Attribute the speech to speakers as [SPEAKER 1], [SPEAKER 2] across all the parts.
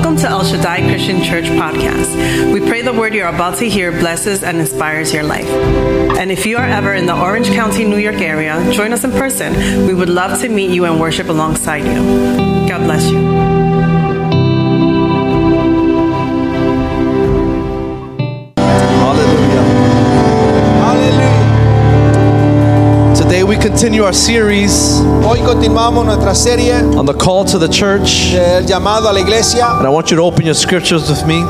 [SPEAKER 1] Shaddai Christian Church podcast. We pray the word you're about to hear blesses and inspires your life. And if you are ever in the Orange County, New York area, join us in person. We would love to meet you and worship alongside you. God bless you.
[SPEAKER 2] Hallelujah.
[SPEAKER 3] Aleluya.
[SPEAKER 2] Today we continue our series
[SPEAKER 3] Hoy continuamos nuestra serie
[SPEAKER 2] on the call to the church.
[SPEAKER 3] del llamado a la iglesia.
[SPEAKER 2] And I want you to open your scriptures with me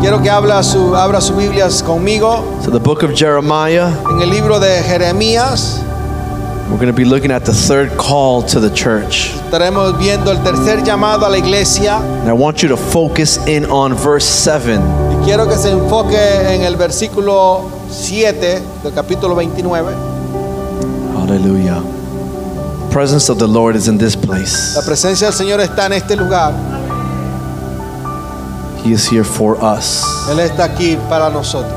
[SPEAKER 3] Quiero que abra su, abra sus Biblias conmigo
[SPEAKER 2] to the book of Jeremiah.
[SPEAKER 3] en el libro de Jeremías.
[SPEAKER 2] We're going to be looking at the third call to the church.
[SPEAKER 3] Estaremos viendo el tercer llamado a la iglesia.
[SPEAKER 2] And I want you to focus in on verse 7.
[SPEAKER 3] Y quiero que se enfoque en el versículo 7 del capítulo 29.
[SPEAKER 2] Hallelujah. Presence of the Lord is in this place.
[SPEAKER 3] La presencia del Señor está en este lugar.
[SPEAKER 2] He is here for us,
[SPEAKER 3] Él está aquí para nosotros.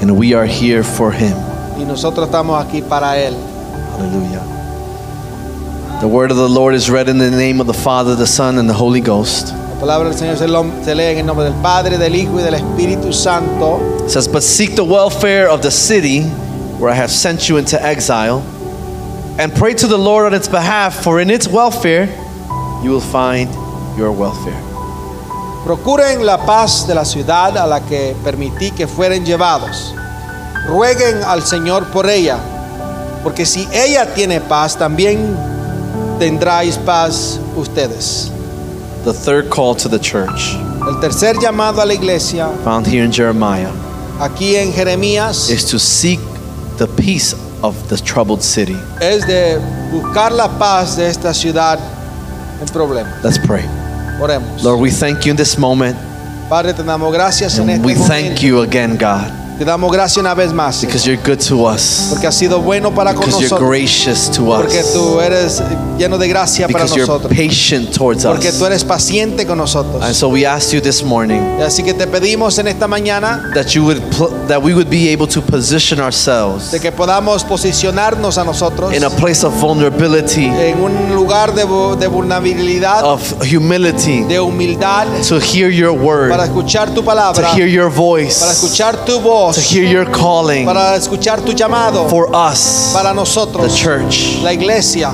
[SPEAKER 2] and we are here for him.
[SPEAKER 3] Y nosotros estamos aquí para Él.
[SPEAKER 2] Hallelujah. The word of the Lord is read in the name of the Father, the Son, and the Holy Ghost.
[SPEAKER 3] La palabra del Señor se, lo- se lee en el nombre del Padre, del Hijo y del Espíritu Santo.
[SPEAKER 2] It says, But seek the welfare of the city where I have sent you into exile, and pray to the Lord on its behalf, for in its welfare you will find your welfare.
[SPEAKER 3] Procuren la paz de la ciudad a la que permití que fueren llevados. Rueguen al Señor por ella, porque si ella tiene paz, también tendráis paz ustedes.
[SPEAKER 2] The third call to the church,
[SPEAKER 3] El tercer llamado a la iglesia,
[SPEAKER 2] found here in Jeremiah,
[SPEAKER 3] aquí en Jeremías,
[SPEAKER 2] is to seek the peace of the troubled city.
[SPEAKER 3] es de buscar la paz de esta ciudad en problemas.
[SPEAKER 2] Let's pray.
[SPEAKER 3] Oremos.
[SPEAKER 2] Lord, we thank you in this moment,
[SPEAKER 3] Padre, te damos gracias en
[SPEAKER 2] and
[SPEAKER 3] este
[SPEAKER 2] we
[SPEAKER 3] momento.
[SPEAKER 2] thank you again, God,
[SPEAKER 3] Te damos gracias una vez más,
[SPEAKER 2] because
[SPEAKER 3] Señor,
[SPEAKER 2] you're good to us,
[SPEAKER 3] porque has sido bueno para con
[SPEAKER 2] because you're
[SPEAKER 3] nosotros,
[SPEAKER 2] gracious to
[SPEAKER 3] porque
[SPEAKER 2] us,
[SPEAKER 3] tú eres lleno de gracia para
[SPEAKER 2] because you're
[SPEAKER 3] nosotros.
[SPEAKER 2] patient towards
[SPEAKER 3] Porque
[SPEAKER 2] us.
[SPEAKER 3] tú eres paciente con
[SPEAKER 2] And
[SPEAKER 3] nosotros.
[SPEAKER 2] so we ask you this morning.
[SPEAKER 3] Así que te pedimos en esta mañana
[SPEAKER 2] that you would pl- that we would be able to position ourselves
[SPEAKER 3] de que podamos posicionarnos a nosotros
[SPEAKER 2] in a place of vulnerability
[SPEAKER 3] en un lugar de, vu- de vulnerabilidad,
[SPEAKER 2] of humility
[SPEAKER 3] de humildad,
[SPEAKER 2] to hear your
[SPEAKER 3] para
[SPEAKER 2] word
[SPEAKER 3] escuchar
[SPEAKER 2] to
[SPEAKER 3] tu palabra,
[SPEAKER 2] hear your
[SPEAKER 3] para
[SPEAKER 2] voice
[SPEAKER 3] escuchar tu
[SPEAKER 2] to
[SPEAKER 3] voz,
[SPEAKER 2] hear your calling
[SPEAKER 3] para escuchar tu llamado
[SPEAKER 2] for us
[SPEAKER 3] para
[SPEAKER 2] the
[SPEAKER 3] nosotros,
[SPEAKER 2] church
[SPEAKER 3] la iglesia.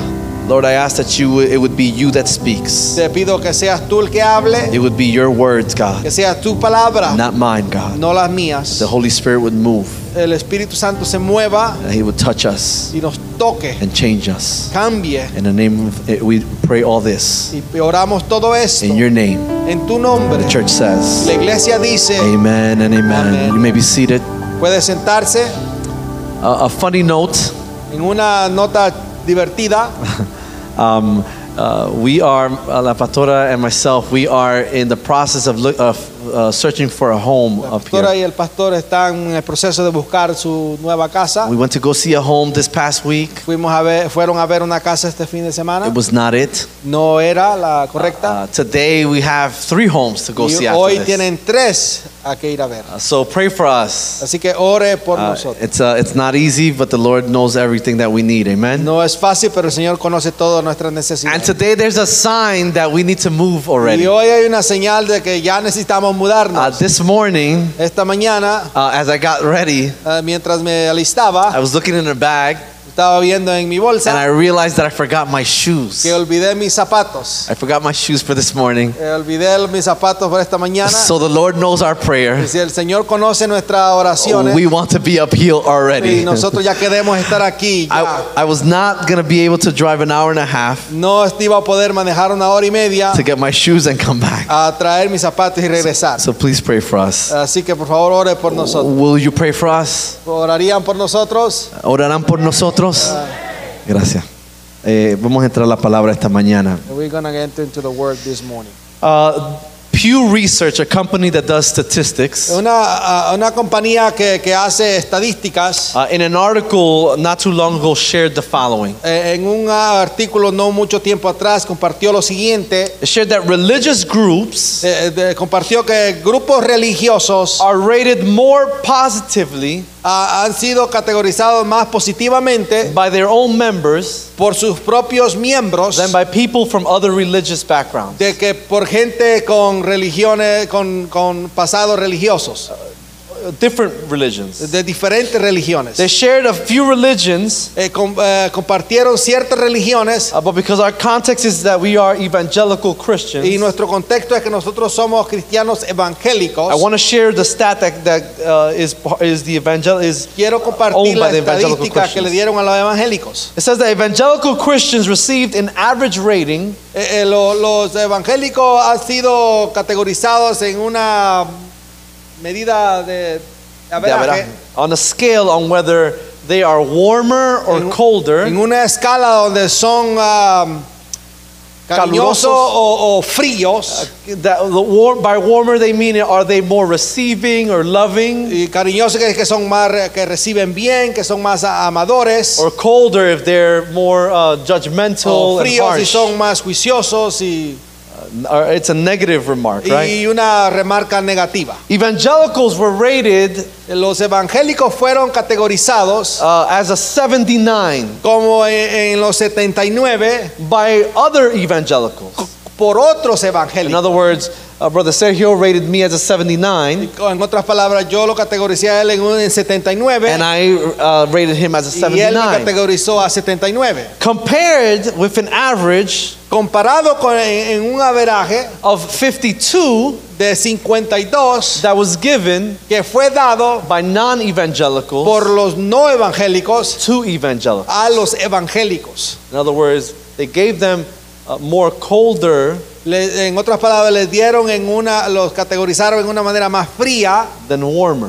[SPEAKER 2] lord i ask that you would, it would be you that speaks
[SPEAKER 3] Te pido que seas tú el que hable,
[SPEAKER 2] it would be your words
[SPEAKER 3] que
[SPEAKER 2] god
[SPEAKER 3] sea tu palabra,
[SPEAKER 2] not mine god
[SPEAKER 3] no las mías.
[SPEAKER 2] the holy spirit would move
[SPEAKER 3] El Espíritu Santo se mueva
[SPEAKER 2] and he would touch us
[SPEAKER 3] y nos toque,
[SPEAKER 2] and change us
[SPEAKER 3] cambie.
[SPEAKER 2] in the name of we pray all this
[SPEAKER 3] Y oramos todo esto
[SPEAKER 2] in your name
[SPEAKER 3] en tu nombre.
[SPEAKER 2] the church says
[SPEAKER 3] La iglesia dice,
[SPEAKER 2] Amen and amen.
[SPEAKER 3] Amen.
[SPEAKER 2] You may be seated.
[SPEAKER 3] puede sentarse
[SPEAKER 2] Uh, a funny note
[SPEAKER 3] en una nota divertida.
[SPEAKER 2] um, uh, we are, uh, La Pastora and myself, we are in the process of, look, of uh, searching for a home
[SPEAKER 3] La
[SPEAKER 2] up
[SPEAKER 3] pastora
[SPEAKER 2] here.
[SPEAKER 3] y el pastor están en el proceso de buscar su nueva casa.
[SPEAKER 2] We went to go see a home this past week.
[SPEAKER 3] Fuimos a ver, fueron a ver una casa este fin de semana.
[SPEAKER 2] It was not it.
[SPEAKER 3] No era la correcta.
[SPEAKER 2] Uh, today we have three homes to go see
[SPEAKER 3] Y
[SPEAKER 2] after
[SPEAKER 3] hoy
[SPEAKER 2] this.
[SPEAKER 3] tienen tres a que ir a ver.
[SPEAKER 2] Uh, So pray for us.
[SPEAKER 3] Así que ore por
[SPEAKER 2] Uh,
[SPEAKER 3] nosotros.
[SPEAKER 2] it's, uh, it's not easy, but the Lord knows everything that we need. Amen.
[SPEAKER 3] No es fácil, pero el Señor conoce todas nuestras
[SPEAKER 2] And
[SPEAKER 3] necesidades.
[SPEAKER 2] today there's a sign that we need to move
[SPEAKER 3] Y
[SPEAKER 2] already.
[SPEAKER 3] hoy hay una señal de que ya necesitamos
[SPEAKER 2] Uh,
[SPEAKER 3] mudarnos.
[SPEAKER 2] this morning,
[SPEAKER 3] Esta mañana,
[SPEAKER 2] uh, as I got ready,
[SPEAKER 3] eh, mientras me alistaba,
[SPEAKER 2] I was looking in her bag
[SPEAKER 3] Estaba viendo en mi
[SPEAKER 2] and I
[SPEAKER 3] bolsa
[SPEAKER 2] realized that I forgot my shoes.
[SPEAKER 3] que olvidé mis zapatos.
[SPEAKER 2] I forgot my shoes for this morning.
[SPEAKER 3] Eh, olvidé el- mis zapatos por esta mañana.
[SPEAKER 2] So the Lord knows our prayer.
[SPEAKER 3] Y si el Señor conoce nuestras oraciones
[SPEAKER 2] Oh, We want to be up here
[SPEAKER 3] y
[SPEAKER 2] already.
[SPEAKER 3] nosotros ya queremos estar aquí, ya.
[SPEAKER 2] I, I was not going to be able to drive an hour and a half
[SPEAKER 3] no iba a poder manejar una hora y media
[SPEAKER 2] to get my shoes and come back.
[SPEAKER 3] a traer mis zapatos y regresar.
[SPEAKER 2] So please pray for us.
[SPEAKER 3] Así que por favor ore por nosotros.
[SPEAKER 2] Will you pray for us?
[SPEAKER 3] ¿Orarían por nosotros?
[SPEAKER 2] Orarán por nosotros.
[SPEAKER 3] Ah.
[SPEAKER 2] Gracias. Eh, vamos a entrar a la palabra esta mañana.
[SPEAKER 3] We're gonna get into the word this morning.
[SPEAKER 2] Uh, Pew Research, a company that does statistics,
[SPEAKER 3] Oh. Una, a- una compañía que, que hace estadísticas,
[SPEAKER 2] uh, in an article not too long ago shared the following.
[SPEAKER 3] eh, en un artículo no mucho tiempo atrás compartió lo siguiente.
[SPEAKER 2] It shared that religious groups
[SPEAKER 3] Eh, de- compartió que grupos religiosos
[SPEAKER 2] are rated more positively
[SPEAKER 3] ah, han sido categorizados más positivamente
[SPEAKER 2] by their own members
[SPEAKER 3] por sus propios miembros
[SPEAKER 2] than by people from other religious backgrounds.
[SPEAKER 3] de que por gente con religiones, con, con pasados religiosos,
[SPEAKER 2] uh, Different religions.
[SPEAKER 3] de diferentes religiones.
[SPEAKER 2] They shared a few religions,
[SPEAKER 3] Eh, com- eh, compartieron ciertas religiones
[SPEAKER 2] uh, but because our context is that we are evangelical Christians,
[SPEAKER 3] y nuestro contexto es que nosotros somos cristianos evangélicos.
[SPEAKER 2] I want to share the stat that, that uh, is, is the evangel is
[SPEAKER 3] Quiero compartir
[SPEAKER 2] owned by
[SPEAKER 3] la
[SPEAKER 2] the evangelical
[SPEAKER 3] estadística que le
[SPEAKER 2] Christians.
[SPEAKER 3] dieron a los evangélicos.
[SPEAKER 2] It says that evangelical Christians received an average rating
[SPEAKER 3] Eh, eh, lo- los evangélicos han sido categorizados en una medida de
[SPEAKER 2] de
[SPEAKER 3] averaje,
[SPEAKER 2] averaje, on a scale on whether they are warmer or
[SPEAKER 3] En-
[SPEAKER 2] colder
[SPEAKER 3] en una escala donde son um,
[SPEAKER 2] Calurosos.
[SPEAKER 3] cariñosos o, o fríos.
[SPEAKER 2] that the warm, by warmer they mean are they more receiving or loving
[SPEAKER 3] Y cariñosos que, que son más re- que reciben bien, que son más a- amadores.
[SPEAKER 2] or colder if they're more uh, judgmental and
[SPEAKER 3] o Oh, fríos y
[SPEAKER 2] harsh.
[SPEAKER 3] son más juiciosos y,
[SPEAKER 2] Or it's a negative remark right
[SPEAKER 3] y una remarca negativa.
[SPEAKER 2] evangelicals were rated
[SPEAKER 3] Los evangélicos fueron categorizados
[SPEAKER 2] uh, as a 79
[SPEAKER 3] como en, en los 79
[SPEAKER 2] by other evangelicals
[SPEAKER 3] por otros
[SPEAKER 2] in
[SPEAKER 3] evangélicos.
[SPEAKER 2] other words uh, brother Sergio rated me as a 79
[SPEAKER 3] En otras palabras, yo lo categoricé a él en, un, en 79
[SPEAKER 2] and I uh, rated him as a
[SPEAKER 3] y él me
[SPEAKER 2] 79.
[SPEAKER 3] categorizó a 79.
[SPEAKER 2] Compared with an average
[SPEAKER 3] Comparado con en, en un averaje
[SPEAKER 2] of 52
[SPEAKER 3] de 52
[SPEAKER 2] that was given
[SPEAKER 3] que fue dado
[SPEAKER 2] by non evangelicals
[SPEAKER 3] por los no evangélicos
[SPEAKER 2] to evangelicals.
[SPEAKER 3] a los evangélicos.
[SPEAKER 2] In other words, they gave them uh, more colder
[SPEAKER 3] Le- en otras palabras, les dieron en una, los categorizaron en una manera más fría
[SPEAKER 2] than warmer.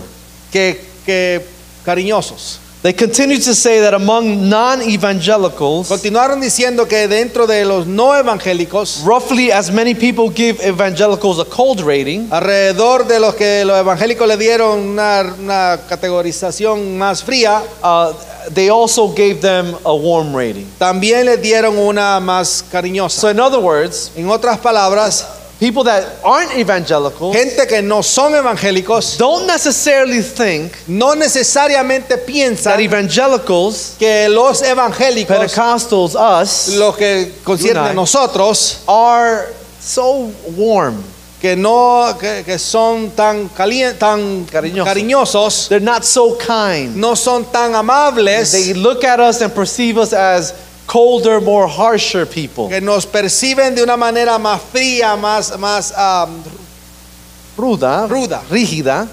[SPEAKER 3] que, que cariñosos.
[SPEAKER 2] They continued to say that among non evangelicals,
[SPEAKER 3] Continuaron diciendo que dentro de los no evangélicos,
[SPEAKER 2] roughly as many people give evangelicals a cold rating,
[SPEAKER 3] alrededor de los que los evangélicos le dieron una, una categorización más fría,
[SPEAKER 2] uh, they also gave them a warm rating.
[SPEAKER 3] también les dieron una más
[SPEAKER 2] So,
[SPEAKER 3] cariñosa.
[SPEAKER 2] in other words,
[SPEAKER 3] En otras palabras,
[SPEAKER 2] people that aren't evangelical
[SPEAKER 3] gente que no son evangélicos
[SPEAKER 2] don't necessarily think
[SPEAKER 3] no necesariamente
[SPEAKER 2] that
[SPEAKER 3] piensan
[SPEAKER 2] evangelicals,
[SPEAKER 3] que los evangélicos,
[SPEAKER 2] Pentecostals, us,
[SPEAKER 3] los que concierne a
[SPEAKER 2] Unite.
[SPEAKER 3] nosotros,
[SPEAKER 2] are so warm.
[SPEAKER 3] que no que, que son tan calien- tan
[SPEAKER 2] Cariñosos.
[SPEAKER 3] cariñosos,
[SPEAKER 2] They're not so kind.
[SPEAKER 3] no son tan amables,
[SPEAKER 2] They look at us and perceive us as colder, more harsher people.
[SPEAKER 3] que nos perciben de una manera más fría, más más ah,
[SPEAKER 2] Ruda,
[SPEAKER 3] Ruda.
[SPEAKER 2] rígida.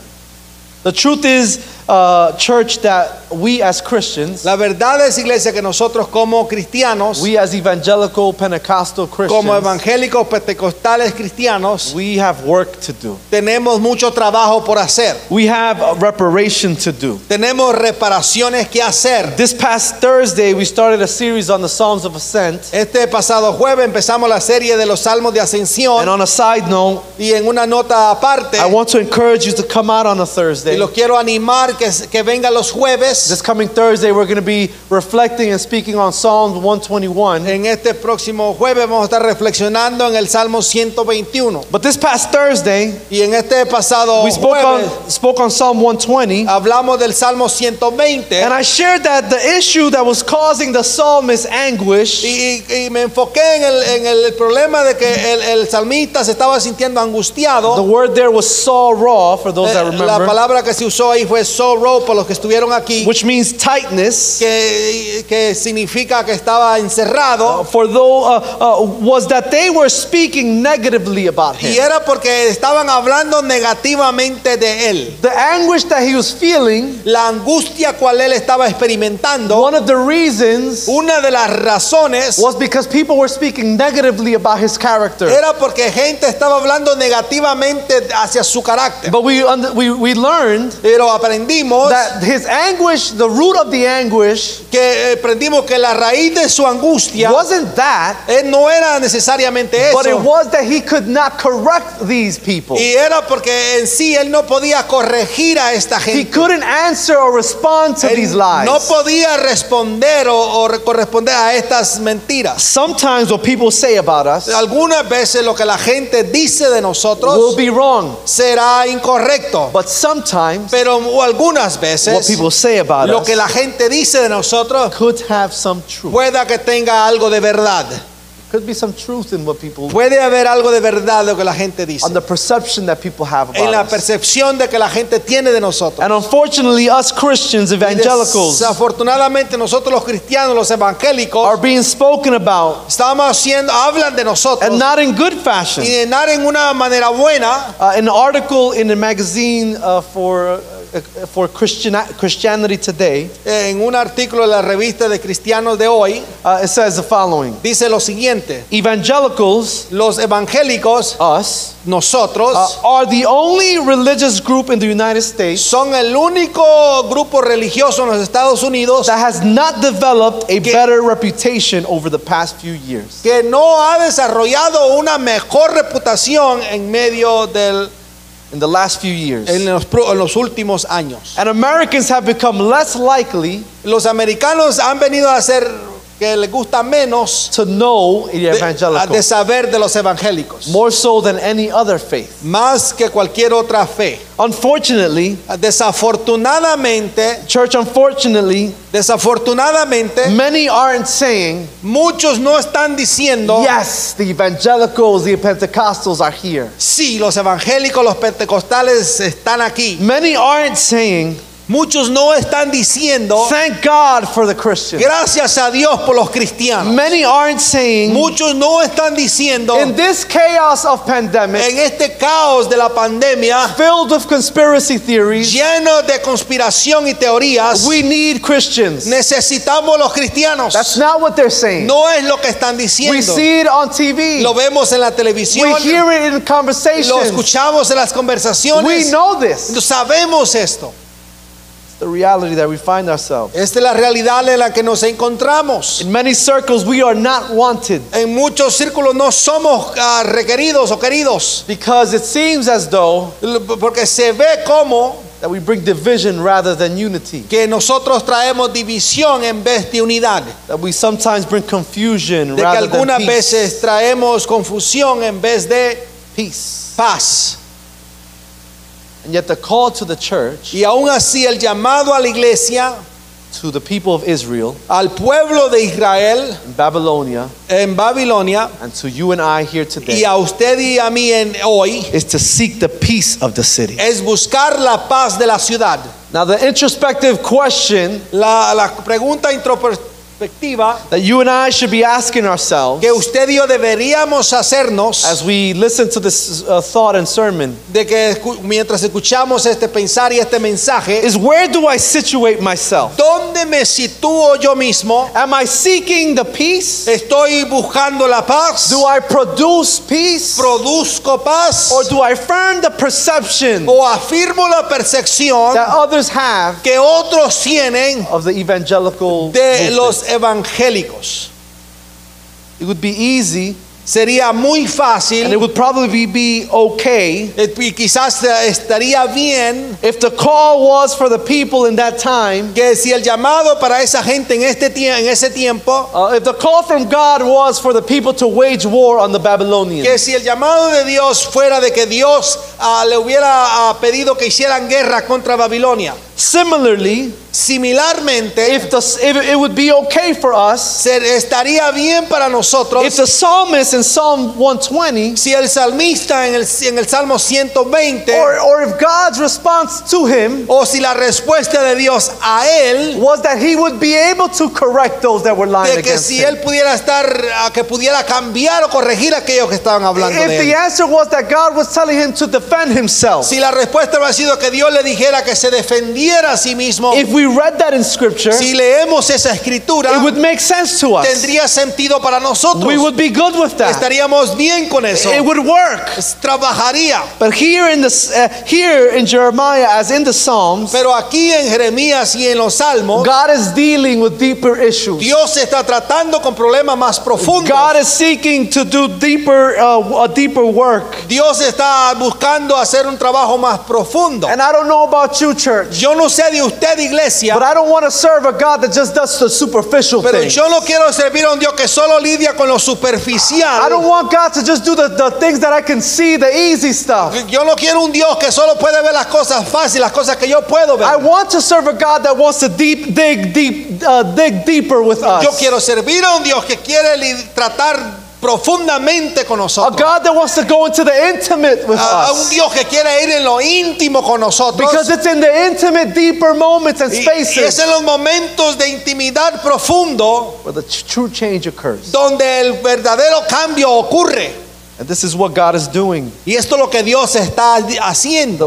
[SPEAKER 2] The truth is, uh, church, that we as Christians,
[SPEAKER 3] la verdad es iglesia que nosotros como cristianos,
[SPEAKER 2] we as evangelical Pentecostal
[SPEAKER 3] como
[SPEAKER 2] Christians,
[SPEAKER 3] evangélicos pentecostales cristianos,
[SPEAKER 2] we have work to do.
[SPEAKER 3] tenemos mucho trabajo por hacer.
[SPEAKER 2] We have uh, reparation to do.
[SPEAKER 3] Tenemos reparaciones que hacer.
[SPEAKER 2] This past Thursday, we started a series on the Psalms of Ascent.
[SPEAKER 3] Este pasado jueves empezamos la serie de los Salmos de
[SPEAKER 2] And
[SPEAKER 3] Ascensión
[SPEAKER 2] on a side note,
[SPEAKER 3] y en una nota aparte
[SPEAKER 2] I want to encourage you to come out on a
[SPEAKER 3] y
[SPEAKER 2] Thursday.
[SPEAKER 3] los quiero animar que, que vengan los jueves.
[SPEAKER 2] This coming Thursday, we're going to be reflecting and speaking on Psalms 121.
[SPEAKER 3] En este próximo jueves vamos a estar reflexionando en el Salmo 121.
[SPEAKER 2] But this past Thursday,
[SPEAKER 3] Y en este pasado
[SPEAKER 2] we spoke
[SPEAKER 3] jueves
[SPEAKER 2] on, spoke on Psalm 120.
[SPEAKER 3] hablamos del Salmo 120
[SPEAKER 2] And I shared that the issue that was causing the psalmist anguish
[SPEAKER 3] y, y- y me enfoqué en el, en el problema de que el, el salmista se estaba sintiendo
[SPEAKER 2] The
[SPEAKER 3] angustiado.
[SPEAKER 2] word there was saw raw for those that
[SPEAKER 3] Eh, La
[SPEAKER 2] remember,
[SPEAKER 3] palabra que se usó ahí fue sorrow por los que estuvieron aquí,
[SPEAKER 2] which means tightness.
[SPEAKER 3] que, que significa que estaba
[SPEAKER 2] Uh,
[SPEAKER 3] encerrado.
[SPEAKER 2] For though uh, uh, was that they were speaking negatively about
[SPEAKER 3] Y
[SPEAKER 2] him.
[SPEAKER 3] era porque estaban hablando negativamente de él.
[SPEAKER 2] The anguish that he was feeling,
[SPEAKER 3] La angustia cual él estaba experimentando.
[SPEAKER 2] one of the reasons
[SPEAKER 3] Una de las razones
[SPEAKER 2] was because people were speaking negatively about his character.
[SPEAKER 3] era porque gente estaba hablando negativamente hacia su carácter.
[SPEAKER 2] But we under, we we learned
[SPEAKER 3] Pero aprendimos
[SPEAKER 2] that his anguish, the root of the anguish,
[SPEAKER 3] que eh, aprendimos que la raíz de su angustia
[SPEAKER 2] wasn't that,
[SPEAKER 3] eh, no era necesariamente
[SPEAKER 2] but it
[SPEAKER 3] eso.
[SPEAKER 2] was that he could not correct these people.
[SPEAKER 3] Y era porque en sí él no podía corregir a esta
[SPEAKER 2] He
[SPEAKER 3] gente.
[SPEAKER 2] couldn't answer or respond to
[SPEAKER 3] Él
[SPEAKER 2] these lies.
[SPEAKER 3] no podía responder o, o re- corresponder a estas mentiras.
[SPEAKER 2] Sometimes what people say about us
[SPEAKER 3] Algunas veces lo que la gente dice de
[SPEAKER 2] will
[SPEAKER 3] nosotros
[SPEAKER 2] be wrong,
[SPEAKER 3] será incorrecto,
[SPEAKER 2] but sometimes
[SPEAKER 3] pero
[SPEAKER 2] it
[SPEAKER 3] algunas
[SPEAKER 2] what
[SPEAKER 3] veces
[SPEAKER 2] people say about
[SPEAKER 3] lo que la
[SPEAKER 2] us
[SPEAKER 3] gente dice de nosotros
[SPEAKER 2] could have some truth.
[SPEAKER 3] pueda que tenga algo de verdad.
[SPEAKER 2] Could be some truth in what people
[SPEAKER 3] Puede haber algo de verdad de lo que la gente dice.
[SPEAKER 2] on the perception that people have
[SPEAKER 3] En
[SPEAKER 2] about
[SPEAKER 3] la
[SPEAKER 2] us.
[SPEAKER 3] percepción de que la gente tiene de nosotros.
[SPEAKER 2] And unfortunately, us Christians, evangelicals,
[SPEAKER 3] Desafortunadamente nosotros los cristianos, los
[SPEAKER 2] are
[SPEAKER 3] evangélicos,
[SPEAKER 2] being spoken about
[SPEAKER 3] estamos haciendo, hablan de nosotros
[SPEAKER 2] and not in good fashion.
[SPEAKER 3] y llenar en una manera buena
[SPEAKER 2] Uh, an article in a magazine uh, for, uh, uh, for Christian, Christianity Today
[SPEAKER 3] eh, en un artículo de la revista de cristianos de hoy
[SPEAKER 2] uh, it says the following
[SPEAKER 3] dice lo siguiente.
[SPEAKER 2] Evangelicals,
[SPEAKER 3] Los evangélicos,
[SPEAKER 2] us,
[SPEAKER 3] nosotros,
[SPEAKER 2] uh, are the only religious group in the United States
[SPEAKER 3] son el único grupo religioso en los Estados Unidos
[SPEAKER 2] that has not developed a
[SPEAKER 3] Que-
[SPEAKER 2] better reputation over the past few years.
[SPEAKER 3] que no ha desarrollado una mejor reputación en medio del
[SPEAKER 2] In the last few years.
[SPEAKER 3] en los, pro- en los últimos años.
[SPEAKER 2] And Americans have become less likely
[SPEAKER 3] Los americanos han venido a hacer que les gusta menos
[SPEAKER 2] to know the
[SPEAKER 3] de, a-
[SPEAKER 2] evangelical,
[SPEAKER 3] de saber de los evangélicos,
[SPEAKER 2] more so than any other faith.
[SPEAKER 3] más que cualquier otra fe.
[SPEAKER 2] Unfortunately,
[SPEAKER 3] Desafortunadamente,
[SPEAKER 2] church, unfortunately,
[SPEAKER 3] desafortunadamente,
[SPEAKER 2] many aren't saying
[SPEAKER 3] muchos no están diciendo
[SPEAKER 2] Yes, the evangelicals, the Pentecostals are here.
[SPEAKER 3] sí, los evangélicos, los pentecostales están aquí.
[SPEAKER 2] Many aren't saying,
[SPEAKER 3] Muchos no están diciendo
[SPEAKER 2] thank God for the Christians.
[SPEAKER 3] gracias a Dios por los cristianos.
[SPEAKER 2] Many aren't saying,
[SPEAKER 3] Muchos no están diciendo
[SPEAKER 2] in this chaos of pandemic,
[SPEAKER 3] en este caos de la pandemia
[SPEAKER 2] filled with conspiracy theories,
[SPEAKER 3] lleno de conspiración y teorías,
[SPEAKER 2] we need Christians.
[SPEAKER 3] necesitamos los cristianos.
[SPEAKER 2] That's not what they're saying.
[SPEAKER 3] No es lo que están
[SPEAKER 2] We
[SPEAKER 3] diciendo.
[SPEAKER 2] see it on
[SPEAKER 3] Lo
[SPEAKER 2] TV,
[SPEAKER 3] vemos en la
[SPEAKER 2] we
[SPEAKER 3] televisión,
[SPEAKER 2] hear it in
[SPEAKER 3] lo
[SPEAKER 2] conversations.
[SPEAKER 3] escuchamos en las
[SPEAKER 2] We
[SPEAKER 3] conversaciones.
[SPEAKER 2] know this.
[SPEAKER 3] Sabemos esto.
[SPEAKER 2] It's the reality that we find ourselves.
[SPEAKER 3] Esta es la realidad en la que nos encontramos.
[SPEAKER 2] In many circles, we are not wanted
[SPEAKER 3] En muchos círculos no somos ah, requeridos o queridos,
[SPEAKER 2] because it seems as though
[SPEAKER 3] L- porque se ve como
[SPEAKER 2] that we bring division rather than unity.
[SPEAKER 3] que nosotros traemos división en vez de unidad, de
[SPEAKER 2] That we sometimes bring confusion
[SPEAKER 3] que
[SPEAKER 2] rather than
[SPEAKER 3] algunas
[SPEAKER 2] peace.
[SPEAKER 3] veces traemos confusión en vez de
[SPEAKER 2] peace.
[SPEAKER 3] paz.
[SPEAKER 2] And yet the call to the church,
[SPEAKER 3] Y aún así el llamado a la iglesia,
[SPEAKER 2] to the people of Israel
[SPEAKER 3] al pueblo de Israel
[SPEAKER 2] in Babylonia,
[SPEAKER 3] en Babilonia
[SPEAKER 2] and to you and I here
[SPEAKER 3] y
[SPEAKER 2] today,
[SPEAKER 3] a usted y a mí en hoy
[SPEAKER 2] is to seek the peace of the city.
[SPEAKER 3] es buscar la paz de la ciudad.
[SPEAKER 2] Now the introspective question
[SPEAKER 3] La, la pregunta introspectiva
[SPEAKER 2] that you and I should be asking ourselves
[SPEAKER 3] que usted y yo deberíamos hacernos
[SPEAKER 2] as we listen to this uh, thought and sermon
[SPEAKER 3] de que escu- mientras escuchamos este pensar y este mensaje,
[SPEAKER 2] is where do I situate myself?
[SPEAKER 3] ¿dónde me sitúo yo mismo?
[SPEAKER 2] Am I seeking the peace?
[SPEAKER 3] ¿Estoy buscando la paz?
[SPEAKER 2] Do I produce peace?
[SPEAKER 3] ¿Produzco paz?
[SPEAKER 2] Or do I firm the perception
[SPEAKER 3] ¿O afirmo la percepción
[SPEAKER 2] that others have
[SPEAKER 3] que otros tienen
[SPEAKER 2] of the evangelical
[SPEAKER 3] de
[SPEAKER 2] movement.
[SPEAKER 3] los evangélicos.
[SPEAKER 2] It would be easy
[SPEAKER 3] Sería muy
[SPEAKER 2] and it
[SPEAKER 3] fácil
[SPEAKER 2] would probably be- be okay
[SPEAKER 3] eh, y quizás eh, estaría bien
[SPEAKER 2] if the call was for the people in that time,
[SPEAKER 3] que si el llamado para esa gente en, este tie- en ese tiempo,
[SPEAKER 2] uh, if the call from God was for the people to wage war on the Babylonians,
[SPEAKER 3] que si el llamado de Dios fuera de que Dios ah, le hubiera ah, pedido que hicieran guerra contra Babilonia.
[SPEAKER 2] similarly,
[SPEAKER 3] Similarmente,
[SPEAKER 2] if, the, if it would be okay for us,
[SPEAKER 3] ser- estaría bien para nosotros
[SPEAKER 2] if the psalmist in Psalm 120,
[SPEAKER 3] si el salmista en el, en el Salmo 120
[SPEAKER 2] or, or if God's response to him
[SPEAKER 3] o si la respuesta de Dios a él
[SPEAKER 2] was that he would be able to correct those that were lying
[SPEAKER 3] de que
[SPEAKER 2] against
[SPEAKER 3] si
[SPEAKER 2] him.
[SPEAKER 3] él pudiera estar, a que pudiera cambiar o corregir aquellos que estaban hablando
[SPEAKER 2] If
[SPEAKER 3] de
[SPEAKER 2] the
[SPEAKER 3] él.
[SPEAKER 2] answer was that God was telling him to defend himself,
[SPEAKER 3] Si la respuesta hubiera sido que Dios le dijera que se defendiera a sí mismo,
[SPEAKER 2] if we read that in scripture,
[SPEAKER 3] si leemos esa escritura,
[SPEAKER 2] it would make sense to us.
[SPEAKER 3] tendría sentido para nosotros.
[SPEAKER 2] We would be good with that.
[SPEAKER 3] Estaríamos bien con eso.
[SPEAKER 2] It would work.
[SPEAKER 3] Es- Trabajaría.
[SPEAKER 2] But here in this, uh, here in Jeremiah, as in the Psalms,
[SPEAKER 3] Pero aquí en Jeremías y en los Salmos,
[SPEAKER 2] God is dealing with deeper issues.
[SPEAKER 3] Dios está tratando con problemas más profundos.
[SPEAKER 2] God is seeking to do deeper, uh, a deeper work.
[SPEAKER 3] Dios está buscando hacer un trabajo más profundo.
[SPEAKER 2] And I don't know about you, church,
[SPEAKER 3] Yo no sé de usted, iglesia,
[SPEAKER 2] But I don't want to serve a God that just does the superficial
[SPEAKER 3] pero
[SPEAKER 2] things.
[SPEAKER 3] yo no quiero servir a un Dios que solo lidia con lo
[SPEAKER 2] I don't
[SPEAKER 3] superficial.
[SPEAKER 2] want God to just do the, the things that I can see, the easy stuff.
[SPEAKER 3] Yo no quiero un Dios que solo puede ver las cosas fáciles, las cosas que yo puedo ver.
[SPEAKER 2] I want to serve a God that wants to deep dig deep uh, dig deeper with
[SPEAKER 3] Yo
[SPEAKER 2] us.
[SPEAKER 3] quiero servir a un Dios que quiere li- tratar profundamente con
[SPEAKER 2] A
[SPEAKER 3] nosotros.
[SPEAKER 2] God that wants to go into the intimate with
[SPEAKER 3] A, a un
[SPEAKER 2] us.
[SPEAKER 3] Dios que quiere ir en lo íntimo con nosotros.
[SPEAKER 2] Because it's in the intimate, deeper moments and
[SPEAKER 3] Y, y es
[SPEAKER 2] spaces
[SPEAKER 3] en los momentos de intimidad profundo
[SPEAKER 2] where the tr- true change occurs.
[SPEAKER 3] donde el verdadero cambio ocurre.
[SPEAKER 2] And this is what God is doing.
[SPEAKER 3] Y esto es lo que Dios está haciendo.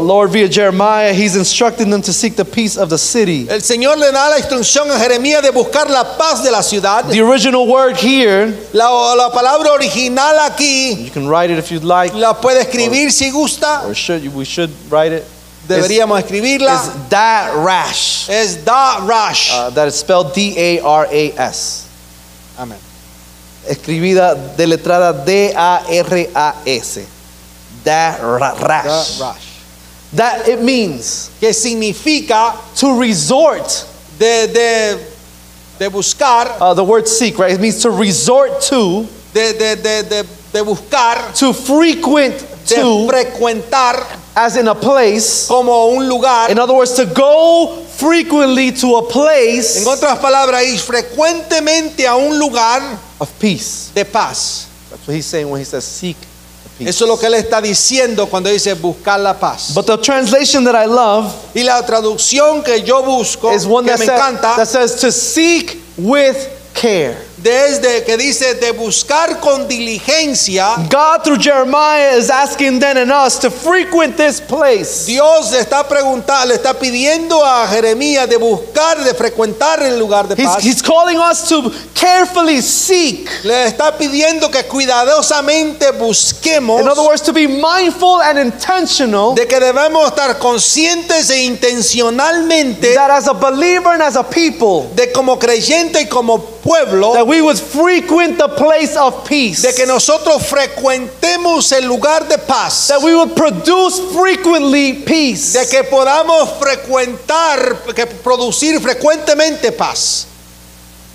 [SPEAKER 2] The Lord, via Jeremiah, He's instructing them to seek the peace of the city.
[SPEAKER 3] El Señor le da la instrucción a Jeremías de buscar la paz de la ciudad.
[SPEAKER 2] The original word here,
[SPEAKER 3] La, la palabra original aquí
[SPEAKER 2] you can write it if you'd like,
[SPEAKER 3] la puede escribir si gusta.
[SPEAKER 2] or should you, we should write it. Is, is
[SPEAKER 3] Deberíamos escribirla.
[SPEAKER 2] that rash?
[SPEAKER 3] Es Darash.
[SPEAKER 2] Uh, that is spelled D A R A S.
[SPEAKER 3] Amén.
[SPEAKER 2] Escribida, deletrada D A R A S. That ra- rash.
[SPEAKER 3] Darash.
[SPEAKER 2] That it means
[SPEAKER 3] Que significa
[SPEAKER 2] to resort.
[SPEAKER 3] de, de, de buscar,
[SPEAKER 2] Uh, the word seek, right? It means to resort to,
[SPEAKER 3] de, de, de, de, de buscar,
[SPEAKER 2] to frequent
[SPEAKER 3] de
[SPEAKER 2] to,
[SPEAKER 3] frecuentar
[SPEAKER 2] as in a place.
[SPEAKER 3] como un lugar.
[SPEAKER 2] In other words, to go frequently to a
[SPEAKER 3] En
[SPEAKER 2] place
[SPEAKER 3] otras palabras, ir frecuentemente a un lugar
[SPEAKER 2] of peace.
[SPEAKER 3] de paz.
[SPEAKER 2] That's what he's saying when he says seek the peace.
[SPEAKER 3] Eso es lo que él está diciendo cuando dice buscar la paz.
[SPEAKER 2] But the translation that I love
[SPEAKER 3] y la traducción que yo busco,
[SPEAKER 2] is one
[SPEAKER 3] que
[SPEAKER 2] that,
[SPEAKER 3] me
[SPEAKER 2] sa-
[SPEAKER 3] encanta,
[SPEAKER 2] that says to seek with care.
[SPEAKER 3] desde que dice de buscar con diligencia,
[SPEAKER 2] God through Jeremiah is asking then and us to frequent this place.
[SPEAKER 3] Dios le está preguntando, le está pidiendo a Jeremías de buscar, de frecuentar el lugar de
[SPEAKER 2] He's,
[SPEAKER 3] paz.
[SPEAKER 2] he's calling us to carefully seek.
[SPEAKER 3] le está pidiendo que cuidadosamente busquemos.
[SPEAKER 2] In other words, to be mindful and intentional
[SPEAKER 3] de que debemos estar conscientes e intencionalmente
[SPEAKER 2] that as a believer and as a people,
[SPEAKER 3] de como creyente y como pueblo
[SPEAKER 2] that we would frequent the place of peace.
[SPEAKER 3] de que nosotros frecuentemos el lugar de paz
[SPEAKER 2] That we would produce frequently peace.
[SPEAKER 3] de que podamos frecuentar que producir frecuentemente paz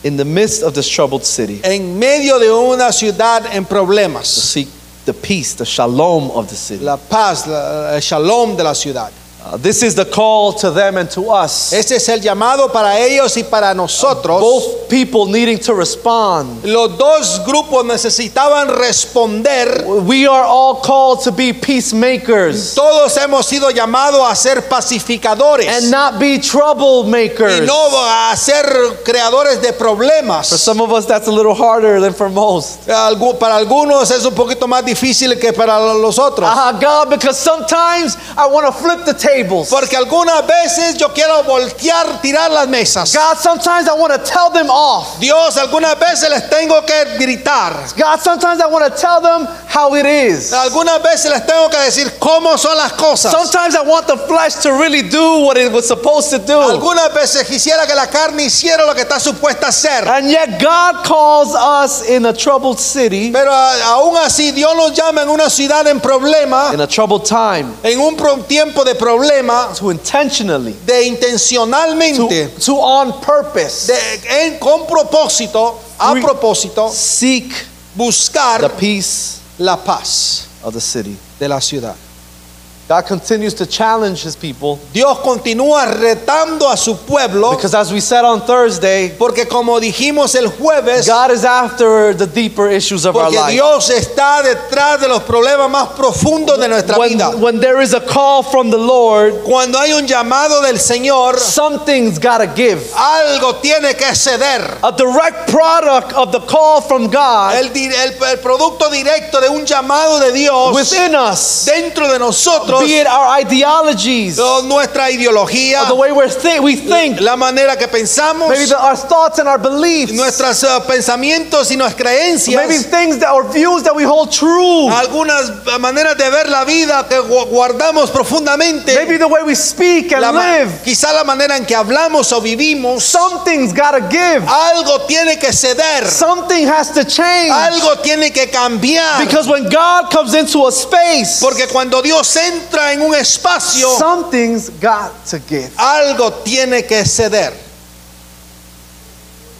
[SPEAKER 2] In the midst of this troubled city,
[SPEAKER 3] en medio de una ciudad en
[SPEAKER 2] to
[SPEAKER 3] problemas
[SPEAKER 2] seek the peace, the shalom of the city.
[SPEAKER 3] la paz la- el shalom de la ciudad
[SPEAKER 2] Uh, this is the call to them and to us.
[SPEAKER 3] ese es el llamado para ellos y para nosotros
[SPEAKER 2] Both people needing to respond.
[SPEAKER 3] los dos grupos necesitaban responder
[SPEAKER 2] We are all called to be peacemakers
[SPEAKER 3] Todos hemos sido llamados a ser
[SPEAKER 2] and
[SPEAKER 3] pacificadores
[SPEAKER 2] not be
[SPEAKER 3] y
[SPEAKER 2] troublemakers.
[SPEAKER 3] no a ser creadores de
[SPEAKER 2] For
[SPEAKER 3] problemas.
[SPEAKER 2] some of us, that's a little harder than for most.
[SPEAKER 3] Algu- Para algunos es un poquito más difícil que para los otros.
[SPEAKER 2] Ah, God, because sometimes I want to flip the tables.
[SPEAKER 3] Porque algunas veces yo quiero voltear, tirar las mesas.
[SPEAKER 2] God, sometimes I want to tell them off.
[SPEAKER 3] Dios, algunas veces les tengo que gritar.
[SPEAKER 2] God, sometimes I want to tell them how it is.
[SPEAKER 3] Algunas veces les tengo que decir cómo son las cosas.
[SPEAKER 2] Sometimes I want the flesh to really do what it was supposed to do.
[SPEAKER 3] Algunas veces quisiera que la carne hiciera lo que está supuesta a hacer.
[SPEAKER 2] And yet God calls us in a troubled city,
[SPEAKER 3] Pero a- aún así Dios nos llama en una ciudad en problemas.
[SPEAKER 2] in a troubled time,
[SPEAKER 3] en un pro- tiempo de problema,
[SPEAKER 2] to intentionally,
[SPEAKER 3] de
[SPEAKER 2] to,
[SPEAKER 3] intencionalmente,
[SPEAKER 2] to on purpose,
[SPEAKER 3] de- en- con propósito, a
[SPEAKER 2] Re-
[SPEAKER 3] propósito,
[SPEAKER 2] seek the
[SPEAKER 3] buscar
[SPEAKER 2] peace
[SPEAKER 3] la paz
[SPEAKER 2] of the city.
[SPEAKER 3] de la ciudad.
[SPEAKER 2] God continues to challenge his people
[SPEAKER 3] Dios continúa retando a su pueblo
[SPEAKER 2] because, as we said on Thursday,
[SPEAKER 3] porque como dijimos el jueves,
[SPEAKER 2] God is after the deeper issues of our
[SPEAKER 3] porque
[SPEAKER 2] life.
[SPEAKER 3] Dios está detrás de los problemas más profundos de nuestra
[SPEAKER 2] When,
[SPEAKER 3] vida.
[SPEAKER 2] when there is a call from the Lord,
[SPEAKER 3] Cuando hay un llamado del Señor,
[SPEAKER 2] something's got to give.
[SPEAKER 3] algo tiene que ceder.
[SPEAKER 2] A direct product of the call from God
[SPEAKER 3] El, di- el- el producto directo de un llamado de Dios
[SPEAKER 2] within us,
[SPEAKER 3] dentro de nosotros
[SPEAKER 2] be it our ideologies, or
[SPEAKER 3] o nuestra ideología,
[SPEAKER 2] the way we're thi- we think,
[SPEAKER 3] la manera que pensamos,
[SPEAKER 2] maybe the, our thoughts and our beliefs,
[SPEAKER 3] nuestros eh, pensamientos y nuestras creencias,
[SPEAKER 2] maybe things that or views that we hold true,
[SPEAKER 3] algunas eh, maneras de ver la vida que gu- guardamos profundamente,
[SPEAKER 2] maybe the way we speak and
[SPEAKER 3] la ma-
[SPEAKER 2] live.
[SPEAKER 3] quizá la manera en que hablamos o vivimos,
[SPEAKER 2] Something's got to give.
[SPEAKER 3] algo tiene que ceder,
[SPEAKER 2] Something has to change.
[SPEAKER 3] algo tiene que cambiar,
[SPEAKER 2] Because when God comes into a space,
[SPEAKER 3] porque cuando Dios entra entra en un espacio,
[SPEAKER 2] Something's got to give.
[SPEAKER 3] algo tiene que ceder.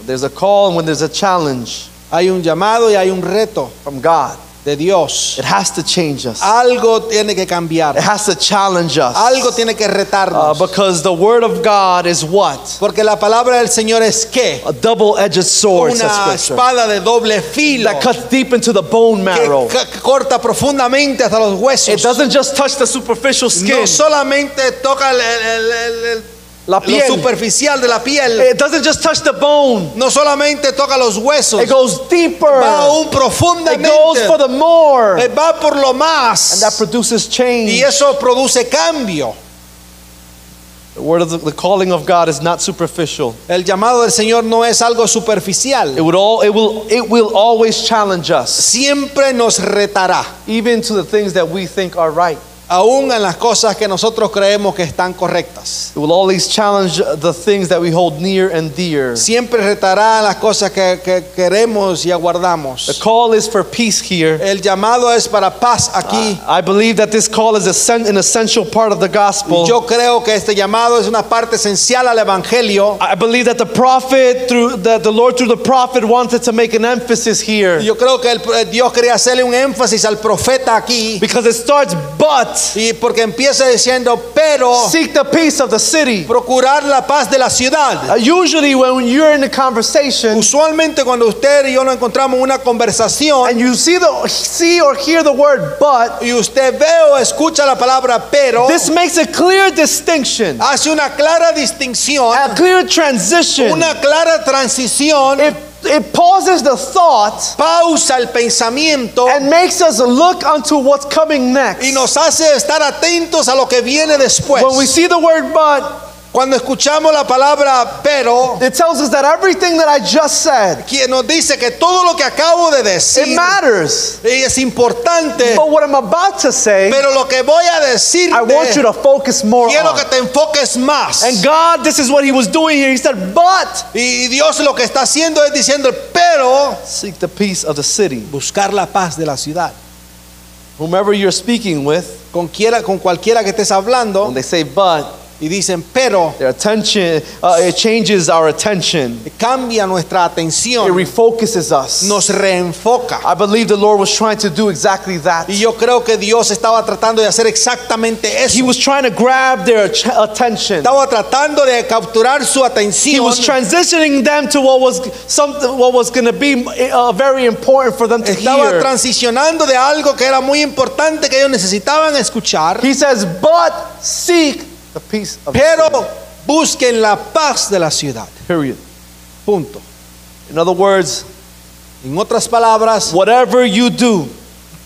[SPEAKER 2] There's a call and when there's a challenge
[SPEAKER 3] Hay un llamado y hay un reto
[SPEAKER 2] from God,
[SPEAKER 3] de Dios.
[SPEAKER 2] it has to change us.
[SPEAKER 3] Algo tiene que
[SPEAKER 2] It
[SPEAKER 3] cambiar.
[SPEAKER 2] has to challenge us.
[SPEAKER 3] Ah. Algo tiene que
[SPEAKER 2] Uh,
[SPEAKER 3] retarnos.
[SPEAKER 2] because the word of God is what?
[SPEAKER 3] Porque la palabra del Señor es que
[SPEAKER 2] A double-edged sword, says
[SPEAKER 3] una
[SPEAKER 2] Scripture,
[SPEAKER 3] espada de doble filo
[SPEAKER 2] that cuts deep into the bone marrow.
[SPEAKER 3] que ca- que corta profundamente hasta los
[SPEAKER 2] It
[SPEAKER 3] huesos.
[SPEAKER 2] doesn't just touch the superficial skin,
[SPEAKER 3] No solamente toca el- el- el- el-
[SPEAKER 2] la
[SPEAKER 3] lo
[SPEAKER 2] piel.
[SPEAKER 3] superficial de la piel,
[SPEAKER 2] It doesn't just touch the bone.
[SPEAKER 3] no solamente toca los huesos,
[SPEAKER 2] It goes deeper.
[SPEAKER 3] va aún
[SPEAKER 2] It goes
[SPEAKER 3] profundamente,
[SPEAKER 2] for the more.
[SPEAKER 3] eh, va por lo
[SPEAKER 2] And that
[SPEAKER 3] más
[SPEAKER 2] produces change.
[SPEAKER 3] y eso produce cambio.
[SPEAKER 2] The word of the, the calling of God is not superficial.
[SPEAKER 3] El llamado del Señor no es algo
[SPEAKER 2] It
[SPEAKER 3] superficial,
[SPEAKER 2] would all it will it will always challenge us,
[SPEAKER 3] siempre nos retará,
[SPEAKER 2] even to the things that we think are right.
[SPEAKER 3] aún en las cosas que nosotros creemos que están correctas.
[SPEAKER 2] It will always challenge the things that we hold near and dear.
[SPEAKER 3] Siempre retará las cosas que, que queremos y
[SPEAKER 2] The
[SPEAKER 3] aguardamos.
[SPEAKER 2] call is for peace here.
[SPEAKER 3] El llamado es para paz aquí.
[SPEAKER 2] I believe that this call is essen- an essential part of the gospel.
[SPEAKER 3] Yo creo que este llamado es una parte esencial al evangelio.
[SPEAKER 2] I believe that the prophet through that the Lord through the prophet wanted to make an emphasis here
[SPEAKER 3] Yo creo que el- el Dios quería hacerle un énfasis al profeta aquí
[SPEAKER 2] because it starts but
[SPEAKER 3] y porque empieza diciendo, pero
[SPEAKER 2] seek the peace of the city.
[SPEAKER 3] procurar la paz de la ciudad.
[SPEAKER 2] Uh, Usually when you're in a conversation
[SPEAKER 3] Usualmente cuando usted y yo nos encontramos en una conversación
[SPEAKER 2] and you see the see or hear the word but
[SPEAKER 3] y usted ve o escucha la palabra pero,
[SPEAKER 2] this makes a clear distinction,
[SPEAKER 3] hace una clara distinción,
[SPEAKER 2] a clear transition.
[SPEAKER 3] una clara transición,
[SPEAKER 2] It it pauses the thought
[SPEAKER 3] pausa el pensamiento
[SPEAKER 2] and makes us look unto what's coming
[SPEAKER 3] y
[SPEAKER 2] next.
[SPEAKER 3] nos hace estar atentos a lo que viene después.
[SPEAKER 2] When we see the word but,
[SPEAKER 3] Cuando escuchamos la palabra pero,
[SPEAKER 2] it tells us that everything that I just said,
[SPEAKER 3] quien nos dice que todo lo que acabo de
[SPEAKER 2] it
[SPEAKER 3] decir
[SPEAKER 2] matters.
[SPEAKER 3] es importante,
[SPEAKER 2] But what I'm about to say,
[SPEAKER 3] pero lo que voy a decir
[SPEAKER 2] I want you to focus more
[SPEAKER 3] quiero que
[SPEAKER 2] on.
[SPEAKER 3] te enfoques más.
[SPEAKER 2] And God, this is what he was doing here. He said, but
[SPEAKER 3] Y Dios lo que está haciendo es diciendo, pero
[SPEAKER 2] seek the peace of the city.
[SPEAKER 3] buscar la paz de la ciudad.
[SPEAKER 2] Whomever you're speaking with,
[SPEAKER 3] Con, quiera, con cualquiera que estés
[SPEAKER 2] when
[SPEAKER 3] hablando
[SPEAKER 2] they say but,
[SPEAKER 3] y dicen, pero
[SPEAKER 2] their attention, uh, it changes our attention.
[SPEAKER 3] cambia nuestra
[SPEAKER 2] It
[SPEAKER 3] atención,
[SPEAKER 2] refocuses us.
[SPEAKER 3] nos reenfoca.
[SPEAKER 2] I believe the Lord was trying to do exactly that.
[SPEAKER 3] Y yo creo que Dios estaba tratando de hacer exactamente
[SPEAKER 2] He
[SPEAKER 3] eso.
[SPEAKER 2] was trying to grab their ch- attention.
[SPEAKER 3] Estaba tratando de capturar su
[SPEAKER 2] He
[SPEAKER 3] atención.
[SPEAKER 2] was transitioning them to what was something, what was going to be uh, very important for them to
[SPEAKER 3] Estaba
[SPEAKER 2] hear.
[SPEAKER 3] transicionando de algo que era muy importante que ellos necesitaban escuchar.
[SPEAKER 2] He says, "But seek the peace of
[SPEAKER 3] Pero
[SPEAKER 2] the
[SPEAKER 3] busquen la paz de la ciudad.
[SPEAKER 2] city." period."
[SPEAKER 3] Punto.
[SPEAKER 2] In other words,
[SPEAKER 3] En otras palabras,
[SPEAKER 2] whatever you do,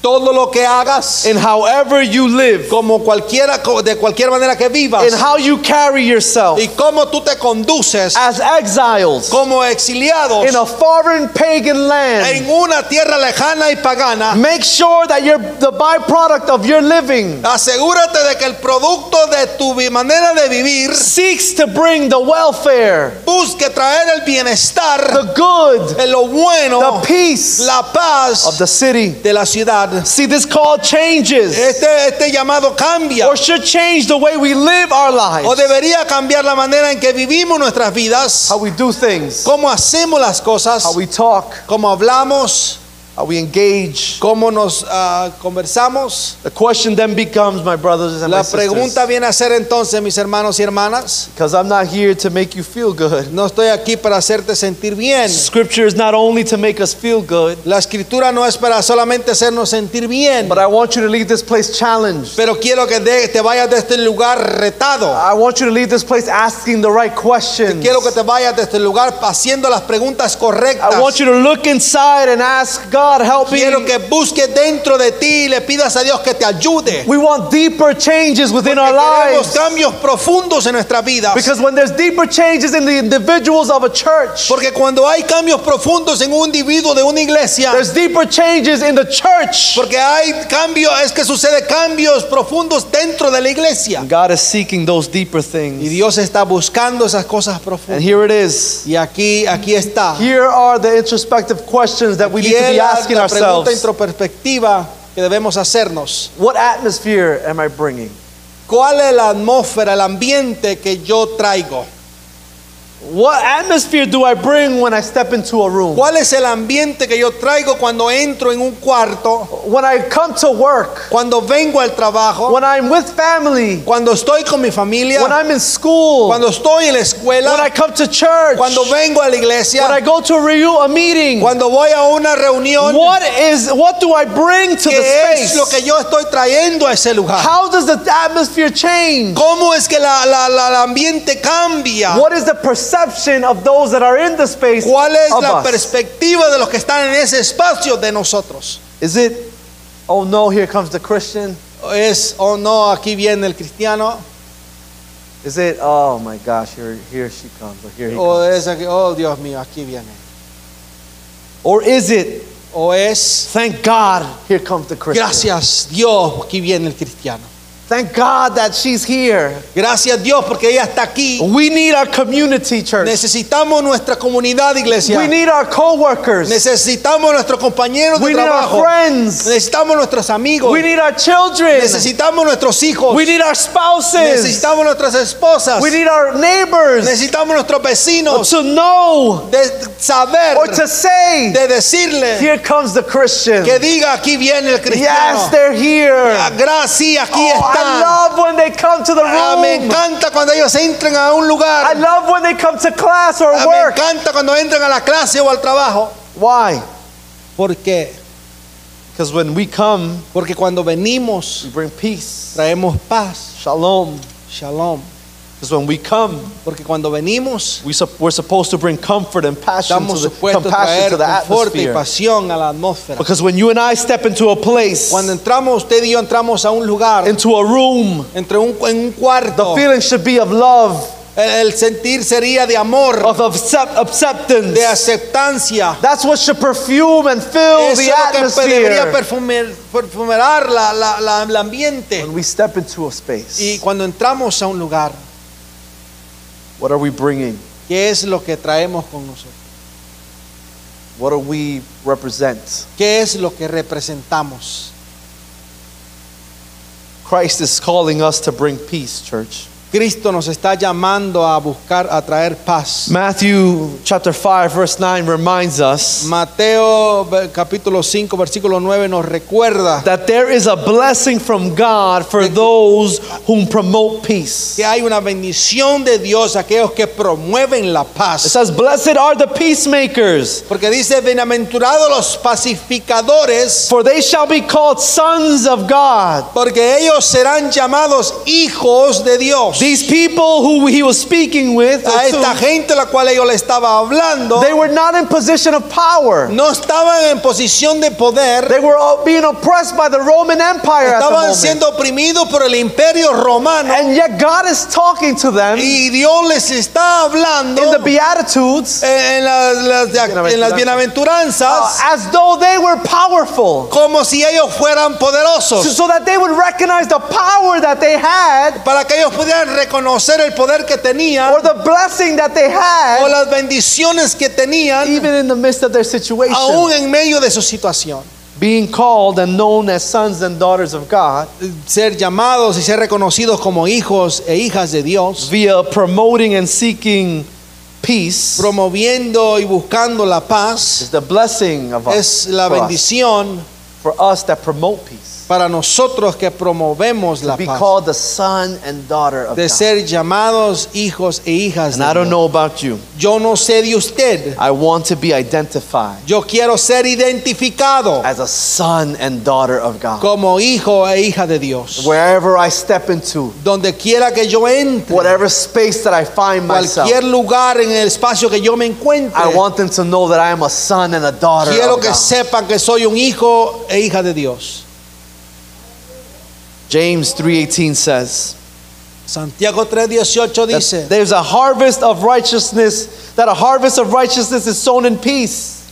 [SPEAKER 3] todo lo que hagas,
[SPEAKER 2] in however you live,
[SPEAKER 3] como cualquiera, co- de cualquier manera que vivas,
[SPEAKER 2] in how you carry yourself
[SPEAKER 3] y cómo tú te conduces
[SPEAKER 2] as exiles
[SPEAKER 3] como exiliados
[SPEAKER 2] in a foreign pagan land,
[SPEAKER 3] en una tierra lejana y pagana,
[SPEAKER 2] make sure that you're the byproduct of your living
[SPEAKER 3] asegúrate de que el producto de tu vi- manera de vivir
[SPEAKER 2] seeks to bring the welfare,
[SPEAKER 3] busque traer el bienestar,
[SPEAKER 2] the good,
[SPEAKER 3] lo bueno,
[SPEAKER 2] the peace
[SPEAKER 3] la
[SPEAKER 2] of
[SPEAKER 3] paz
[SPEAKER 2] the city.
[SPEAKER 3] de la ciudad.
[SPEAKER 2] See, this call changes
[SPEAKER 3] Este, este llamado cambia
[SPEAKER 2] or should change the way we live our
[SPEAKER 3] o
[SPEAKER 2] lives,
[SPEAKER 3] debería cambiar la manera en que vivimos nuestras vidas,
[SPEAKER 2] how we do things,
[SPEAKER 3] cómo hacemos las cosas,
[SPEAKER 2] how we talk,
[SPEAKER 3] cómo hablamos,
[SPEAKER 2] how we engage.
[SPEAKER 3] cómo nos ah, conversamos.
[SPEAKER 2] The question then becomes, my brothers and my
[SPEAKER 3] La pregunta
[SPEAKER 2] sisters,
[SPEAKER 3] viene a ser entonces, mis hermanos y hermanas,
[SPEAKER 2] because I'm not here to make you feel good.
[SPEAKER 3] no estoy aquí para hacerte sentir bien.
[SPEAKER 2] Scripture is not only to make us feel good,
[SPEAKER 3] La escritura no es para solamente hacernos sentir bien,
[SPEAKER 2] but I want you to leave this place challenged.
[SPEAKER 3] pero quiero que de- te vayas de este lugar retado.
[SPEAKER 2] I want you to leave this place asking the right questions.
[SPEAKER 3] Quiero que te vayas de este lugar haciendo las preguntas correctas.
[SPEAKER 2] I want you to look inside and ask God, help me.
[SPEAKER 3] Quiero que busques dentro de ti y le pidas a Dios que te ayude.
[SPEAKER 2] We want deeper changes within our
[SPEAKER 3] Queremos
[SPEAKER 2] lives.
[SPEAKER 3] cambios profundos en nuestra vida.
[SPEAKER 2] Because when there's deeper changes in the individuals of a church,
[SPEAKER 3] Porque cuando hay cambios profundos en un individuo de una iglesia,
[SPEAKER 2] there's deeper changes in the church.
[SPEAKER 3] porque hay cambios, es que sucede cambios profundos dentro de la iglesia.
[SPEAKER 2] God is seeking those deeper
[SPEAKER 3] Y
[SPEAKER 2] things.
[SPEAKER 3] Dios está buscando esas cosas
[SPEAKER 2] And
[SPEAKER 3] profundas.
[SPEAKER 2] here it is.
[SPEAKER 3] Y aquí, aquí está.
[SPEAKER 2] Here are the introspective questions that we
[SPEAKER 3] Y
[SPEAKER 2] need to
[SPEAKER 3] es
[SPEAKER 2] be
[SPEAKER 3] la,
[SPEAKER 2] asking
[SPEAKER 3] la pregunta
[SPEAKER 2] ourselves.
[SPEAKER 3] introspectiva que debemos hacernos.
[SPEAKER 2] What atmosphere am I bringing?
[SPEAKER 3] ¿Cuál es la atmósfera, el ambiente que yo traigo?
[SPEAKER 2] What atmosphere do I bring when I step into a room?
[SPEAKER 3] ¿Cuál es el ambiente que yo traigo cuando entro en un cuarto?
[SPEAKER 2] When I come to work,
[SPEAKER 3] Cuando vengo al trabajo,
[SPEAKER 2] when I'm with family,
[SPEAKER 3] cuando estoy con mi familia,
[SPEAKER 2] when I'm in school,
[SPEAKER 3] cuando estoy en la escuela,
[SPEAKER 2] when I come to church,
[SPEAKER 3] cuando vengo a la
[SPEAKER 2] when I
[SPEAKER 3] iglesia,
[SPEAKER 2] go to a, reu- a meeting,
[SPEAKER 3] cuando voy a una reunión,
[SPEAKER 2] what is what do I bring to the
[SPEAKER 3] ¿qué es
[SPEAKER 2] space?
[SPEAKER 3] lo que yo estoy trayendo a ese lugar?
[SPEAKER 2] How does the atmosphere change?
[SPEAKER 3] ¿Cómo es que la, la- la- el ambiente cambia?
[SPEAKER 2] What is the perception of those that are in the space?
[SPEAKER 3] ¿Cuál es
[SPEAKER 2] of
[SPEAKER 3] la
[SPEAKER 2] us?
[SPEAKER 3] perspectiva de los que están en ese espacio de nosotros?
[SPEAKER 2] Is it, oh no, here comes the Christian?
[SPEAKER 3] Es, oh no, aquí viene el cristiano,
[SPEAKER 2] Is it, oh my gosh, here, here she comes, or here he
[SPEAKER 3] o
[SPEAKER 2] comes?
[SPEAKER 3] es, aquí- oh Dios mío, aquí viene.
[SPEAKER 2] Or is it,
[SPEAKER 3] O es,
[SPEAKER 2] thank God, here comes the Christian?
[SPEAKER 3] gracias Dios, aquí viene el cristiano.
[SPEAKER 2] Thank God that she's here.
[SPEAKER 3] Gracias Dios porque ella está aquí.
[SPEAKER 2] We need our community church.
[SPEAKER 3] Necesitamos nuestra comunidad, iglesia.
[SPEAKER 2] We need our co-workers.
[SPEAKER 3] Necesitamos nuestros compañeros de
[SPEAKER 2] We need
[SPEAKER 3] trabajo.
[SPEAKER 2] our friends.
[SPEAKER 3] Necesitamos nuestros amigos.
[SPEAKER 2] We need our children.
[SPEAKER 3] Necesitamos nuestros hijos.
[SPEAKER 2] We need our spouses.
[SPEAKER 3] Necesitamos nuestras esposas.
[SPEAKER 2] We need our neighbors
[SPEAKER 3] Necesitamos nuestros vecinos.
[SPEAKER 2] to know
[SPEAKER 3] De saber,
[SPEAKER 2] or to say,
[SPEAKER 3] de decirle
[SPEAKER 2] here comes the Christian.
[SPEAKER 3] que diga aquí viene el
[SPEAKER 2] Yes,
[SPEAKER 3] cristiano. Ah,
[SPEAKER 2] they're here.
[SPEAKER 3] Gracias, aquí
[SPEAKER 2] Oh,
[SPEAKER 3] está.
[SPEAKER 2] I love when they come to the
[SPEAKER 3] Ah, me
[SPEAKER 2] room.
[SPEAKER 3] encanta cuando ellos entren a un
[SPEAKER 2] I
[SPEAKER 3] lugar.
[SPEAKER 2] love when they come to class or
[SPEAKER 3] Ah, me
[SPEAKER 2] work.
[SPEAKER 3] encanta cuando entran a la clase o al trabajo.
[SPEAKER 2] Why?
[SPEAKER 3] ¿Por qué?
[SPEAKER 2] Because when we come,
[SPEAKER 3] Porque cuando venimos
[SPEAKER 2] we bring peace,
[SPEAKER 3] traemos paz.
[SPEAKER 2] shalom.
[SPEAKER 3] Shalom.
[SPEAKER 2] Because when we come,
[SPEAKER 3] Porque cuando venimos
[SPEAKER 2] we sup- we're supposed to bring comfort and passion to
[SPEAKER 3] estamos
[SPEAKER 2] the,
[SPEAKER 3] supuestos a
[SPEAKER 2] compassion
[SPEAKER 3] traer
[SPEAKER 2] to the
[SPEAKER 3] confort y
[SPEAKER 2] atmosphere.
[SPEAKER 3] pasión a la atmósfera.
[SPEAKER 2] Because when you and I step into a place,
[SPEAKER 3] Cuando entramos, usted y yo entramos a un lugar,
[SPEAKER 2] into a room,
[SPEAKER 3] entre un, en un cuarto,
[SPEAKER 2] feeling should be of love,
[SPEAKER 3] el, el sentir sería de amor,
[SPEAKER 2] of accept- acceptance.
[SPEAKER 3] de aceptancia.
[SPEAKER 2] That's what should perfume and fill
[SPEAKER 3] Eso
[SPEAKER 2] the
[SPEAKER 3] es lo que debería
[SPEAKER 2] atmosphere.
[SPEAKER 3] perfumar, perfumerar la, la- la- el ambiente.
[SPEAKER 2] When we step into a
[SPEAKER 3] Y
[SPEAKER 2] space,
[SPEAKER 3] cuando entramos a un lugar,
[SPEAKER 2] what are we bringing?
[SPEAKER 3] ¿qué es lo que traemos con nosotros?
[SPEAKER 2] What do we represent?
[SPEAKER 3] ¿Qué es lo que representamos?
[SPEAKER 2] Christ is calling us to bring peace, church.
[SPEAKER 3] Cristo nos está llamando a buscar, a traer paz.
[SPEAKER 2] Matthew chapter 5 verse 9 reminds us
[SPEAKER 3] Mateo ve- capítulo 5 versículo 9 nos recuerda
[SPEAKER 2] that there is a blessing from God for those whom promote peace.
[SPEAKER 3] que hay una bendición de Dios a aquellos que promueven la
[SPEAKER 2] It
[SPEAKER 3] paz.
[SPEAKER 2] says, "Blessed are the peacemakers,
[SPEAKER 3] Porque dice, bienaventurados los pacificadores,
[SPEAKER 2] for they shall be called sons of God."
[SPEAKER 3] porque ellos serán llamados hijos de Dios.
[SPEAKER 2] These people who he was speaking with,
[SPEAKER 3] A esta gente a la cual yo le estaba hablando,
[SPEAKER 2] they were not in position of power.
[SPEAKER 3] no estaban en posición de poder,
[SPEAKER 2] They were all being oppressed by the Roman Empire at the
[SPEAKER 3] estaban
[SPEAKER 2] moment.
[SPEAKER 3] siendo oprimidos por el imperio romano.
[SPEAKER 2] And yet God is talking to them
[SPEAKER 3] Y Dios les está hablando
[SPEAKER 2] in the
[SPEAKER 3] en,
[SPEAKER 2] Beatitudes
[SPEAKER 3] en las- las- en las bienaventuranzas.
[SPEAKER 2] uh, as though they were powerful,
[SPEAKER 3] como si ellos fueran
[SPEAKER 2] so,
[SPEAKER 3] poderosos,
[SPEAKER 2] so that they would recognize the power that they had
[SPEAKER 3] para que ellos pudieran reconocer el poder que tenían
[SPEAKER 2] or the blessing that they
[SPEAKER 3] o
[SPEAKER 2] had,
[SPEAKER 3] las bendiciones que tenían
[SPEAKER 2] even in the midst of their situation.
[SPEAKER 3] aún en medio de su situación.
[SPEAKER 2] Being called and known as sons and daughters of God
[SPEAKER 3] Ser llamados y ser reconocidos como hijos e hijas de Dios,
[SPEAKER 2] via promoting and seeking peace
[SPEAKER 3] promoviendo y buscando la paz,
[SPEAKER 2] is the blessing of us,
[SPEAKER 3] es la
[SPEAKER 2] for, us
[SPEAKER 3] bendición
[SPEAKER 2] for us that promote peace.
[SPEAKER 3] para nosotros que promovemos la
[SPEAKER 2] Be
[SPEAKER 3] paz,
[SPEAKER 2] called the son and daughter of
[SPEAKER 3] de
[SPEAKER 2] God.
[SPEAKER 3] ser llamados hijos e hijas
[SPEAKER 2] And I
[SPEAKER 3] de
[SPEAKER 2] don't
[SPEAKER 3] Dios.
[SPEAKER 2] know about you.
[SPEAKER 3] Yo no sé de usted,
[SPEAKER 2] I want to be identified
[SPEAKER 3] yo quiero ser identificado
[SPEAKER 2] as a son and daughter of God.
[SPEAKER 3] como hijo e hija de Dios.
[SPEAKER 2] Wherever I step into,
[SPEAKER 3] Donde quiera que yo entre,
[SPEAKER 2] whatever space that I find myself,
[SPEAKER 3] cualquier lugar en el espacio que yo me encuentre,
[SPEAKER 2] I want them to know that I am a son and a daughter
[SPEAKER 3] quiero
[SPEAKER 2] of
[SPEAKER 3] que
[SPEAKER 2] God.
[SPEAKER 3] sepan que soy un hijo e hija de Dios.
[SPEAKER 2] James 3:18 says,
[SPEAKER 3] Santiago 3:18
[SPEAKER 2] that
[SPEAKER 3] dice,
[SPEAKER 2] "There's a harvest of righteousness, that a harvest of righteousness is sown in peace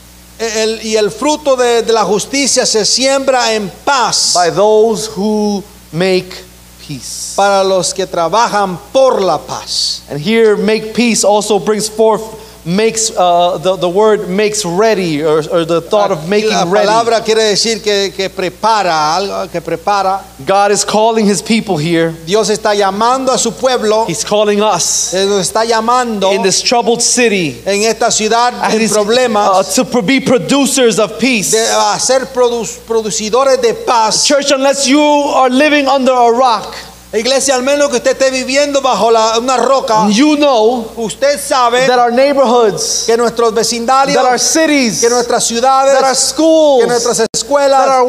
[SPEAKER 3] "E- "El- y el fruto de, de la justicia se siembra en paz
[SPEAKER 2] by those who make peace."
[SPEAKER 3] para los que trabajan por la paz.
[SPEAKER 2] And here, make peace also brings forth makes, uh, the, the word makes ready or, or the thought of making
[SPEAKER 3] la
[SPEAKER 2] ready.
[SPEAKER 3] palabra quiere decir que, que prepara algo, que prepara.
[SPEAKER 2] God is calling his people here.
[SPEAKER 3] Dios está llamando a su pueblo,
[SPEAKER 2] He's calling us
[SPEAKER 3] Él nos está llamando
[SPEAKER 2] in this troubled city
[SPEAKER 3] en esta ciudad
[SPEAKER 2] and
[SPEAKER 3] en
[SPEAKER 2] he's, uh,
[SPEAKER 3] problemas
[SPEAKER 2] to pro- be producers of peace.
[SPEAKER 3] de a ser produ- producidores de paz.
[SPEAKER 2] Church, unless you are living under a rock,
[SPEAKER 3] Iglesia, al menos que usted esté viviendo bajo la- una roca,
[SPEAKER 2] you know
[SPEAKER 3] usted sabe
[SPEAKER 2] that our neighborhoods,
[SPEAKER 3] que nuestros vecindarios,
[SPEAKER 2] that our cities,
[SPEAKER 3] que nuestras ciudades,
[SPEAKER 2] that our schools,
[SPEAKER 3] que nuestras
[SPEAKER 2] that our
[SPEAKER 3] escuelas, nuestros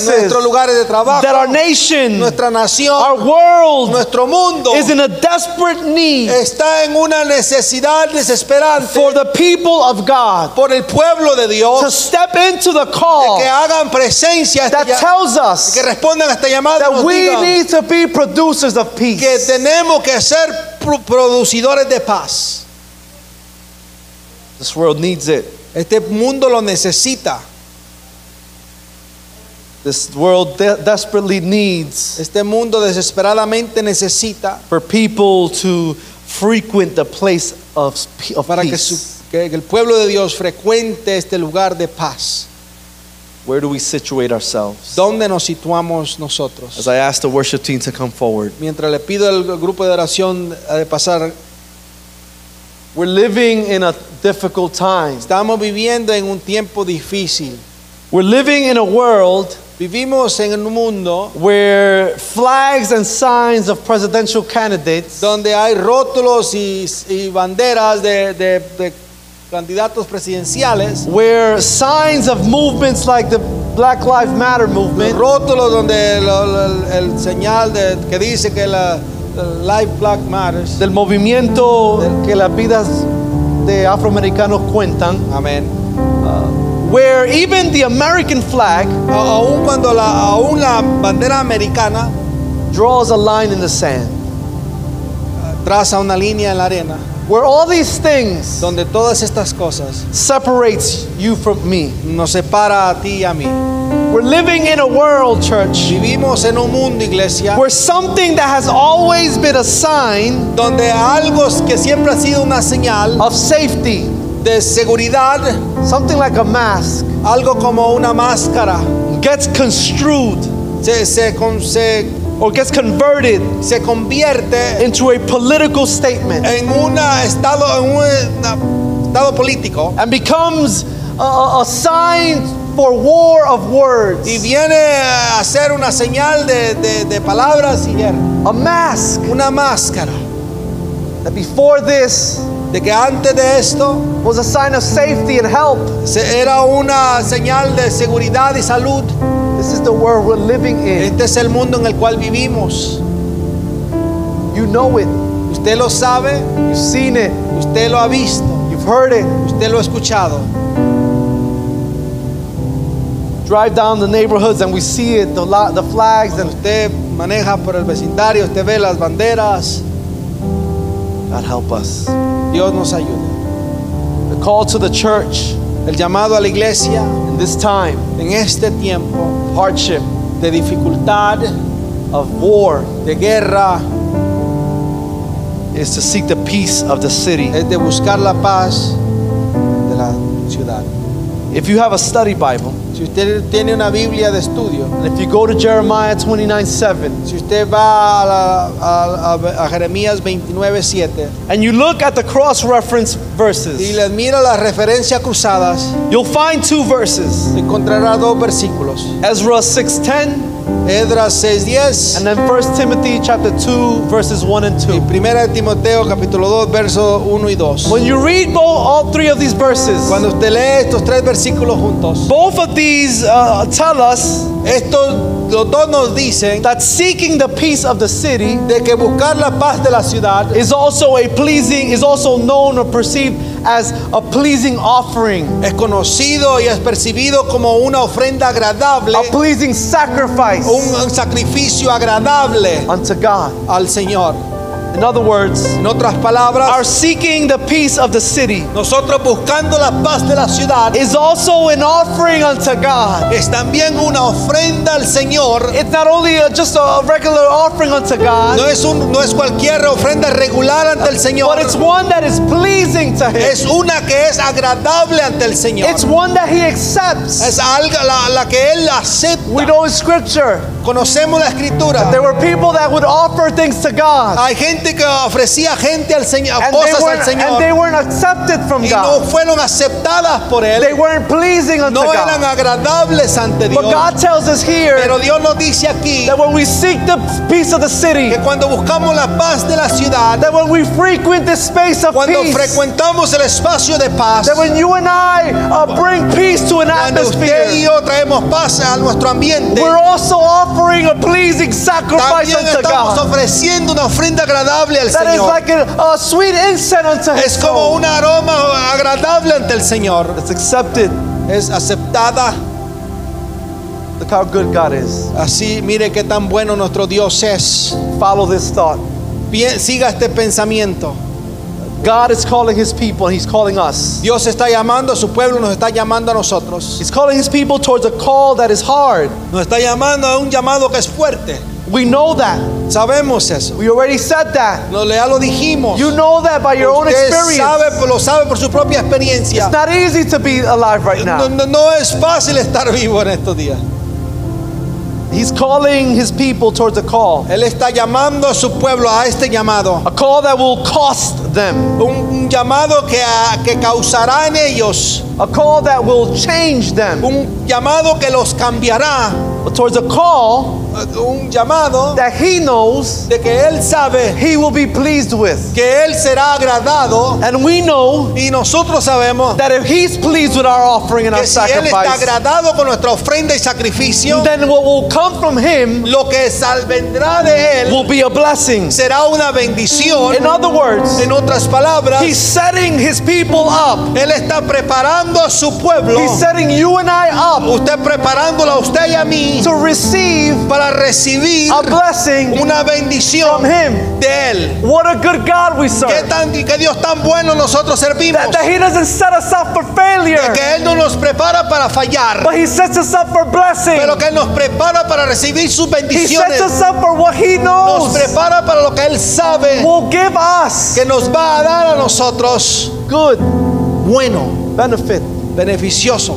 [SPEAKER 2] workplaces,
[SPEAKER 3] lugares de trabajo,
[SPEAKER 2] that our nation,
[SPEAKER 3] nuestra
[SPEAKER 2] our
[SPEAKER 3] nación,
[SPEAKER 2] world
[SPEAKER 3] nuestro mundo
[SPEAKER 2] is in a desperate need
[SPEAKER 3] está en una necesidad desesperante
[SPEAKER 2] for the people of God
[SPEAKER 3] por el pueblo de
[SPEAKER 2] to
[SPEAKER 3] Dios
[SPEAKER 2] step into the
[SPEAKER 3] que
[SPEAKER 2] call
[SPEAKER 3] hagan presencia, a este
[SPEAKER 2] that
[SPEAKER 3] ll-
[SPEAKER 2] tells us
[SPEAKER 3] que respondan a esta llamada. y
[SPEAKER 2] that
[SPEAKER 3] nos
[SPEAKER 2] we
[SPEAKER 3] digan
[SPEAKER 2] need to be producers of
[SPEAKER 3] que
[SPEAKER 2] peace.
[SPEAKER 3] tenemos que ser pro- producidores de paz.
[SPEAKER 2] This world needs it.
[SPEAKER 3] Este mundo lo necesita.
[SPEAKER 2] This world de- desperately needs
[SPEAKER 3] Este mundo desesperadamente necesita
[SPEAKER 2] for people to frequent the place of, sp- of
[SPEAKER 3] para que,
[SPEAKER 2] peace.
[SPEAKER 3] su- que el pueblo de Dios frecuente este lugar de paz.
[SPEAKER 2] Where do we situate ourselves?
[SPEAKER 3] ¿Dónde nos situamos nosotros?
[SPEAKER 2] As I ask the worship team to come forward,
[SPEAKER 3] Mientras le pido al grupo de oración eh, de pasar,
[SPEAKER 2] we're living in a difficult time.
[SPEAKER 3] estamos viviendo en un tiempo difícil.
[SPEAKER 2] We're living in a world
[SPEAKER 3] Vivimos en un mundo
[SPEAKER 2] where flags and signs of presidential candidates
[SPEAKER 3] donde hay rótulos y, y banderas de, de- de candidatos presidenciales,
[SPEAKER 2] where signs of movements like the Black Lives Matter movement,
[SPEAKER 3] rótulos donde el, el- el señal de- que dice que la, la Life Black Matters.
[SPEAKER 2] del movimiento que las vidas de afroamericanos cuentan,
[SPEAKER 3] Amén.
[SPEAKER 2] where even the American flag
[SPEAKER 3] A- Aún cuando la, aún la bandera americana
[SPEAKER 2] draws a line in the sand,
[SPEAKER 3] traza una línea en la arena,
[SPEAKER 2] where all these things
[SPEAKER 3] donde todas estas cosas
[SPEAKER 2] separates you from me.
[SPEAKER 3] nos separa a ti y a mí.
[SPEAKER 2] We're living in a world, church,
[SPEAKER 3] Vivimos en un mundo, iglesia,
[SPEAKER 2] where something that has always been a sign
[SPEAKER 3] donde algo que siempre ha sido una señal
[SPEAKER 2] of safety,
[SPEAKER 3] de seguridad,
[SPEAKER 2] something like a mask,
[SPEAKER 3] algo como una máscara,
[SPEAKER 2] gets construed
[SPEAKER 3] se, se, con- se-
[SPEAKER 2] or gets converted
[SPEAKER 3] se convierte
[SPEAKER 2] into a political statement
[SPEAKER 3] en un estado, en un eh, estado político
[SPEAKER 2] and becomes a- a, a sign for war of words,
[SPEAKER 3] y viene a ser una señal de, de- de palabras y guerra.
[SPEAKER 2] a mask.
[SPEAKER 3] una máscara
[SPEAKER 2] That before this
[SPEAKER 3] de que antes de esto
[SPEAKER 2] was a sign of safety and help.
[SPEAKER 3] se- era una señal de seguridad y salud.
[SPEAKER 2] This is the world we're living in.
[SPEAKER 3] Este es el mundo en el cual vivimos.
[SPEAKER 2] You know it,
[SPEAKER 3] Usted lo sabe,
[SPEAKER 2] you've seen it,
[SPEAKER 3] usted lo ha visto,
[SPEAKER 2] you've heard it.
[SPEAKER 3] usted lo ha escuchado.
[SPEAKER 2] drive down the neighborhoods and we see it the, lo- the flags
[SPEAKER 3] Cuando
[SPEAKER 2] and
[SPEAKER 3] usted maneja por el vecindario, usted ve las banderas.
[SPEAKER 2] God help us
[SPEAKER 3] Dios nos ayuda.
[SPEAKER 2] the call to the church
[SPEAKER 3] El llamado a la iglesia
[SPEAKER 2] in this time
[SPEAKER 3] en este tiempo
[SPEAKER 2] hardship
[SPEAKER 3] de dificultad,
[SPEAKER 2] of war
[SPEAKER 3] de guerra,
[SPEAKER 2] is to seek the peace of the city
[SPEAKER 3] es de buscar la paz de la ciudad.
[SPEAKER 2] if you have a study bible
[SPEAKER 3] Si usted tiene una Biblia de estudio,
[SPEAKER 2] and if you go to jeremiah 29 7
[SPEAKER 3] Si usted va a, la- a- a- a Jeremías 29:7
[SPEAKER 2] and you look at the cross reference
[SPEAKER 3] y
[SPEAKER 2] verses
[SPEAKER 3] le mira las referencias cruzadas,
[SPEAKER 2] you'll find two verses
[SPEAKER 3] encontrará dos versículos:
[SPEAKER 2] ezra 6.10
[SPEAKER 3] Edras 6:10
[SPEAKER 2] and then 1 timothy chapter 2 verses 1 and
[SPEAKER 3] y
[SPEAKER 2] 2
[SPEAKER 3] Primera de Timoteo capítulo 2 versos 1 y 2.
[SPEAKER 2] when you read both all three of these verses
[SPEAKER 3] Cuando usted lee estos tres versículos juntos,
[SPEAKER 2] both of these uh, tell us
[SPEAKER 3] estos los dos nos dicen
[SPEAKER 2] that seeking the peace of the city
[SPEAKER 3] de que buscar la paz de la ciudad
[SPEAKER 2] is also a pleasing is also known or perceived as a pleasing offering
[SPEAKER 3] es conocido y es percibido como una ofrenda agradable,
[SPEAKER 2] a pleasing sacrifice
[SPEAKER 3] un- un sacrificio agradable
[SPEAKER 2] unto God
[SPEAKER 3] al Señor.
[SPEAKER 2] In other words,
[SPEAKER 3] En otras palabras,
[SPEAKER 2] our seeking the peace of the city
[SPEAKER 3] nosotros buscando la paz de la ciudad
[SPEAKER 2] is also an offering unto God.
[SPEAKER 3] es también una ofrenda al Señor.
[SPEAKER 2] It's not only a, just a regular offering unto God,
[SPEAKER 3] No es, un, no es cualquier ofrenda regular ante el Señor.
[SPEAKER 2] but it's one that is pleasing to Him.
[SPEAKER 3] Es una que es agradable ante el Señor.
[SPEAKER 2] It's one that He accepts.
[SPEAKER 3] Es algo la, la que Él acepta.
[SPEAKER 2] We know in Scripture
[SPEAKER 3] Conocemos la escritura.
[SPEAKER 2] there were people that would offer things to God,
[SPEAKER 3] Hay gente que ofrecía gente al Señor,
[SPEAKER 2] and they
[SPEAKER 3] Ah, cosas al
[SPEAKER 2] weren't, and they
[SPEAKER 3] Señor
[SPEAKER 2] weren't accepted from
[SPEAKER 3] y no
[SPEAKER 2] God.
[SPEAKER 3] fueron aceptadas por
[SPEAKER 2] They
[SPEAKER 3] Él.
[SPEAKER 2] weren't pleasing unto
[SPEAKER 3] No eran
[SPEAKER 2] God.
[SPEAKER 3] agradables ante
[SPEAKER 2] But
[SPEAKER 3] Dios.
[SPEAKER 2] God tells us here
[SPEAKER 3] Pero Dios nos dice aquí
[SPEAKER 2] that when we seek the peace of the city,
[SPEAKER 3] que cuando buscamos la paz de la ciudad,
[SPEAKER 2] that when we frequent this space of
[SPEAKER 3] cuando
[SPEAKER 2] peace,
[SPEAKER 3] frecuentamos el espacio de paz,
[SPEAKER 2] that when you and I uh, bring peace to an
[SPEAKER 3] cuando usted y
[SPEAKER 2] atmosphere,
[SPEAKER 3] yo traemos paz a nuestro ambiente,
[SPEAKER 2] we're also offering a pleasing sacrifice
[SPEAKER 3] también
[SPEAKER 2] unto
[SPEAKER 3] estamos
[SPEAKER 2] God.
[SPEAKER 3] ofreciendo una ofrenda agradable al
[SPEAKER 2] That is
[SPEAKER 3] Señor.
[SPEAKER 2] like a, a sweet incense unto His
[SPEAKER 3] Es como
[SPEAKER 2] soul.
[SPEAKER 3] un aroma agradable ante el Señor.
[SPEAKER 2] It's accepted.
[SPEAKER 3] Es aceptada.
[SPEAKER 2] Look how good God is.
[SPEAKER 3] Así, mire qué tan bueno nuestro Dios es.
[SPEAKER 2] Follow this thought.
[SPEAKER 3] Bien, siga este pensamiento.
[SPEAKER 2] God is calling His people, and He's calling us.
[SPEAKER 3] Dios está llamando a su pueblo, nos está llamando a nosotros.
[SPEAKER 2] He's calling His people towards a call that is hard.
[SPEAKER 3] Nos está llamando a un llamado que es fuerte.
[SPEAKER 2] We know that.
[SPEAKER 3] Sabemos eso.
[SPEAKER 2] We already said that.
[SPEAKER 3] No, ya lo dijimos.
[SPEAKER 2] You know that by your own
[SPEAKER 3] Usted
[SPEAKER 2] experience.
[SPEAKER 3] sabe, lo sabe por su propia experiencia.
[SPEAKER 2] It's not easy to be alive right
[SPEAKER 3] No,
[SPEAKER 2] now.
[SPEAKER 3] no- no es fácil estar vivo en estos días.
[SPEAKER 2] He's calling His people towards a call.
[SPEAKER 3] Él está llamando a su pueblo a este llamado.
[SPEAKER 2] A call that will cost them.
[SPEAKER 3] Un, un llamado que, a- que causará en ellos.
[SPEAKER 2] A call that will change them.
[SPEAKER 3] Un llamado que los cambiará.
[SPEAKER 2] Towards a call
[SPEAKER 3] Un llamado
[SPEAKER 2] that He knows
[SPEAKER 3] de que Él sabe
[SPEAKER 2] He will be pleased with.
[SPEAKER 3] que Él será agradado.
[SPEAKER 2] And we know
[SPEAKER 3] Y nosotros sabemos
[SPEAKER 2] that if He's pleased with our offering and our
[SPEAKER 3] que si Él está
[SPEAKER 2] sacrifice,
[SPEAKER 3] agradado con nuestra ofrenda y sacrificio,
[SPEAKER 2] then what will come from Him
[SPEAKER 3] lo que salvendrá de Él
[SPEAKER 2] will be a blessing.
[SPEAKER 3] será una bendición.
[SPEAKER 2] In other words,
[SPEAKER 3] En otras palabras,
[SPEAKER 2] He's setting His people up.
[SPEAKER 3] Él está preparando a su pueblo.
[SPEAKER 2] He's setting you and I up
[SPEAKER 3] Usted preparándola a usted y a mí
[SPEAKER 2] to receive
[SPEAKER 3] para recibir
[SPEAKER 2] a blessing
[SPEAKER 3] una
[SPEAKER 2] from
[SPEAKER 3] bendición
[SPEAKER 2] Him.
[SPEAKER 3] de Él.
[SPEAKER 2] What a good God we
[SPEAKER 3] Que
[SPEAKER 2] serve.
[SPEAKER 3] tan, qué Dios tan bueno nosotros servimos.
[SPEAKER 2] That, that He doesn't set us up for failure,
[SPEAKER 3] Que Él no nos prepara para fallar,
[SPEAKER 2] but He sets us up for blessing.
[SPEAKER 3] pero que Él nos prepara para recibir sus
[SPEAKER 2] He sets
[SPEAKER 3] bendiciones.
[SPEAKER 2] us up for what He
[SPEAKER 3] Nos
[SPEAKER 2] knows
[SPEAKER 3] prepara para lo que Él sabe
[SPEAKER 2] will give us
[SPEAKER 3] que nos va a dar a nosotros
[SPEAKER 2] good
[SPEAKER 3] bueno,
[SPEAKER 2] benefit.
[SPEAKER 3] beneficioso.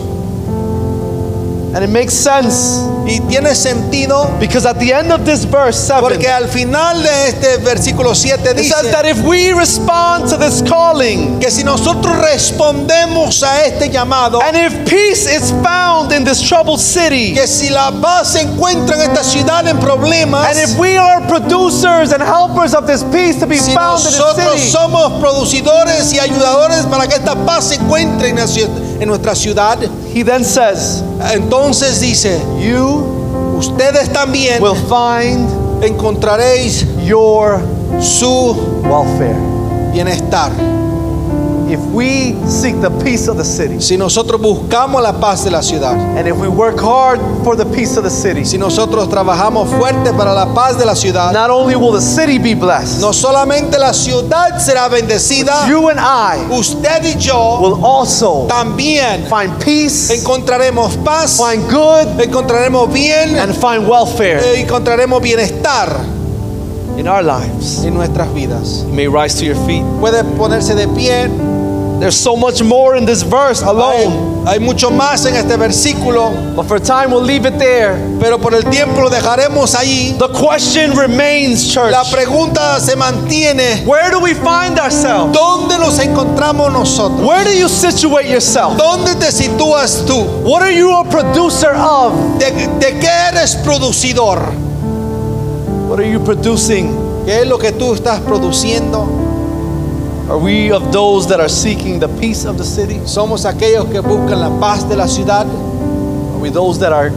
[SPEAKER 2] And it makes sense
[SPEAKER 3] Y tiene sentido
[SPEAKER 2] because at the end of this verse 7,
[SPEAKER 3] porque al final de este versículo 7
[SPEAKER 2] it
[SPEAKER 3] dice
[SPEAKER 2] says that if we respond to this calling,
[SPEAKER 3] que si nosotros respondemos a este llamado,
[SPEAKER 2] and if peace is found in this troubled city,
[SPEAKER 3] que si la paz se encuentra en esta ciudad en problemas,
[SPEAKER 2] and if we are producers and helpers of this peace to be
[SPEAKER 3] si
[SPEAKER 2] found in the
[SPEAKER 3] nosotros
[SPEAKER 2] city,
[SPEAKER 3] somos producidores y ayudadores para que esta paz se encuentre en, la ciu- en nuestra ciudad,
[SPEAKER 2] he then says,
[SPEAKER 3] entonces dice,
[SPEAKER 2] You
[SPEAKER 3] ustedes también
[SPEAKER 2] will find
[SPEAKER 3] encontraréis
[SPEAKER 2] your
[SPEAKER 3] su
[SPEAKER 2] welfare.
[SPEAKER 3] bienestar.
[SPEAKER 2] If we seek the peace of the city,
[SPEAKER 3] Si nosotros buscamos la paz de la ciudad,
[SPEAKER 2] and if we work hard for the peace of the city,
[SPEAKER 3] si nosotros trabajamos fuerte para la paz de la ciudad,
[SPEAKER 2] not only will the city be blessed,
[SPEAKER 3] no solamente la ciudad será bendecida,
[SPEAKER 2] you and I
[SPEAKER 3] usted y yo
[SPEAKER 2] will also
[SPEAKER 3] también
[SPEAKER 2] find peace,
[SPEAKER 3] encontraremos paz,
[SPEAKER 2] find good,
[SPEAKER 3] encontraremos bien,
[SPEAKER 2] and find welfare
[SPEAKER 3] eh, encontraremos bienestar
[SPEAKER 2] in our lives.
[SPEAKER 3] en nuestras vidas.
[SPEAKER 2] You may rise to your feet.
[SPEAKER 3] Puede ponerse de pie.
[SPEAKER 2] There's so much more in this verse alone,
[SPEAKER 3] Hay, hay mucho más en este versículo,
[SPEAKER 2] but for time we'll leave it there.
[SPEAKER 3] pero por el tiempo lo dejaremos ahí.
[SPEAKER 2] The question remains, church.
[SPEAKER 3] La pregunta se mantiene.
[SPEAKER 2] Where do we find ourselves?
[SPEAKER 3] ¿Dónde nos encontramos nosotros?
[SPEAKER 2] Where do you situate yourself?
[SPEAKER 3] ¿Dónde te sitúas tú?
[SPEAKER 2] What are you a producer of?
[SPEAKER 3] ¿De, de qué eres producidor?
[SPEAKER 2] What are you producing?
[SPEAKER 3] ¿Qué es lo que tú estás produciendo?
[SPEAKER 2] Are we of those that are seeking the peace of the city?
[SPEAKER 3] Somos aquellos que buscan la paz de la ciudad.
[SPEAKER 2] Are we those that are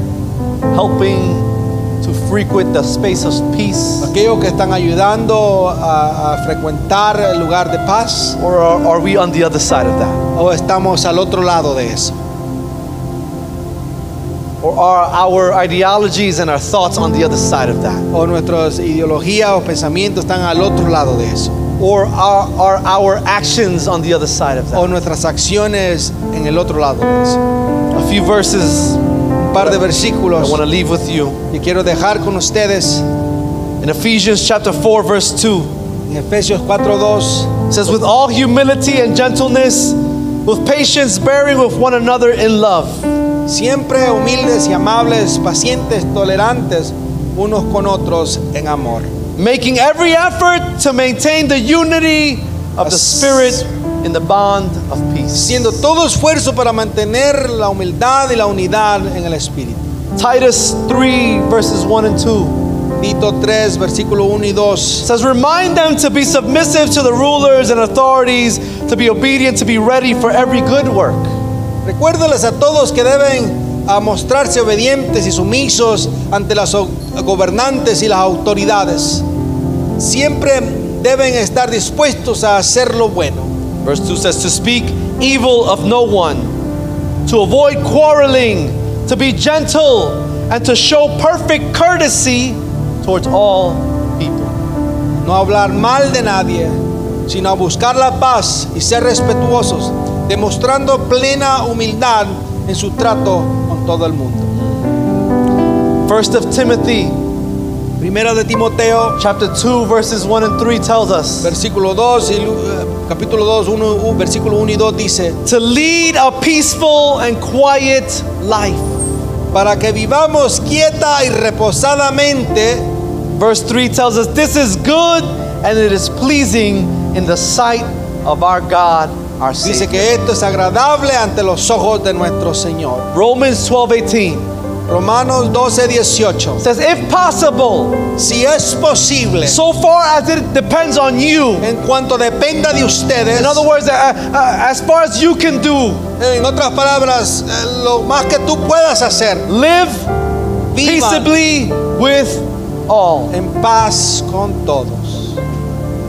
[SPEAKER 2] helping to frequent the space of peace?
[SPEAKER 3] Aquellos que están ayudando a, a frecuentar el lugar de paz.
[SPEAKER 2] Or are, are we on the other side of that?
[SPEAKER 3] ¿O estamos al otro lado de eso?
[SPEAKER 2] or are our ideologies and our thoughts on the other side of that?
[SPEAKER 3] o nuestras ideologías o pensamientos están al otro lado de eso,
[SPEAKER 2] Or are, are our actions on the other side of
[SPEAKER 3] o
[SPEAKER 2] that?
[SPEAKER 3] nuestras acciones en el otro lado de eso.
[SPEAKER 2] A few verses
[SPEAKER 3] Un par de
[SPEAKER 2] I
[SPEAKER 3] versículos
[SPEAKER 2] want to leave with you.
[SPEAKER 3] que quiero dejar con ustedes
[SPEAKER 2] In Ephesians chapter 4, verse 2,
[SPEAKER 3] en Efesios 4:2.
[SPEAKER 2] it says, With all humility and gentleness, with patience, bearing with one another in love,
[SPEAKER 3] Siempre humildes y amables, pacientes, tolerantes unos con otros en amor.
[SPEAKER 2] making every effort to maintain the unity of the Spirit in the bond of peace.
[SPEAKER 3] Haciendo todo esfuerzo para mantener la humildad y la unidad en el Espíritu.
[SPEAKER 2] Titus 3, verses 1 and 2.
[SPEAKER 3] Tito 3, versículo 1 y 2.
[SPEAKER 2] says, Remind them to be submissive to the rulers and authorities, to be obedient, to be ready for every good work.
[SPEAKER 3] Recuérdales a todos que deben a mostrarse obedientes y sumisos ante las au- gobernantes y las autoridades. Siempre deben estar dispuestos a hacer lo bueno.
[SPEAKER 2] Verse 2 says, To speak evil of no one, to avoid quarreling, to be gentle, and to show perfect courtesy towards all people.
[SPEAKER 3] no hablar mal de nadie, sino a buscar la paz y ser respetuosos, demostrando plena humildad en su trato con todo el mundo.
[SPEAKER 2] First of Timothy
[SPEAKER 3] Primera de Timoteo,
[SPEAKER 2] chapter 2 verses 1 and 3 tells us
[SPEAKER 3] versículo 2 y Lu- eh, capítulo 2, 1, uh, versículo 1 y 2 dice,
[SPEAKER 2] to lead a peaceful and quiet life.
[SPEAKER 3] para que vivamos quieta y reposadamente,
[SPEAKER 2] Verse 3 tells us this is good and it is pleasing in the sight of our God, our
[SPEAKER 3] dice
[SPEAKER 2] Savior.
[SPEAKER 3] que esto es agradable ante los ojos de nuestro Señor.
[SPEAKER 2] Romans 12:18
[SPEAKER 3] Romanos 12, 18,
[SPEAKER 2] says if possible,
[SPEAKER 3] si es posible,
[SPEAKER 2] so far as it depends on you.
[SPEAKER 3] en cuanto dependa de ustedes,
[SPEAKER 2] In other words, uh, uh, as far as you can do,
[SPEAKER 3] En otras palabras, eh, lo más que tú puedas hacer,
[SPEAKER 2] live
[SPEAKER 3] viva
[SPEAKER 2] peaceably with all.
[SPEAKER 3] en paz con todos.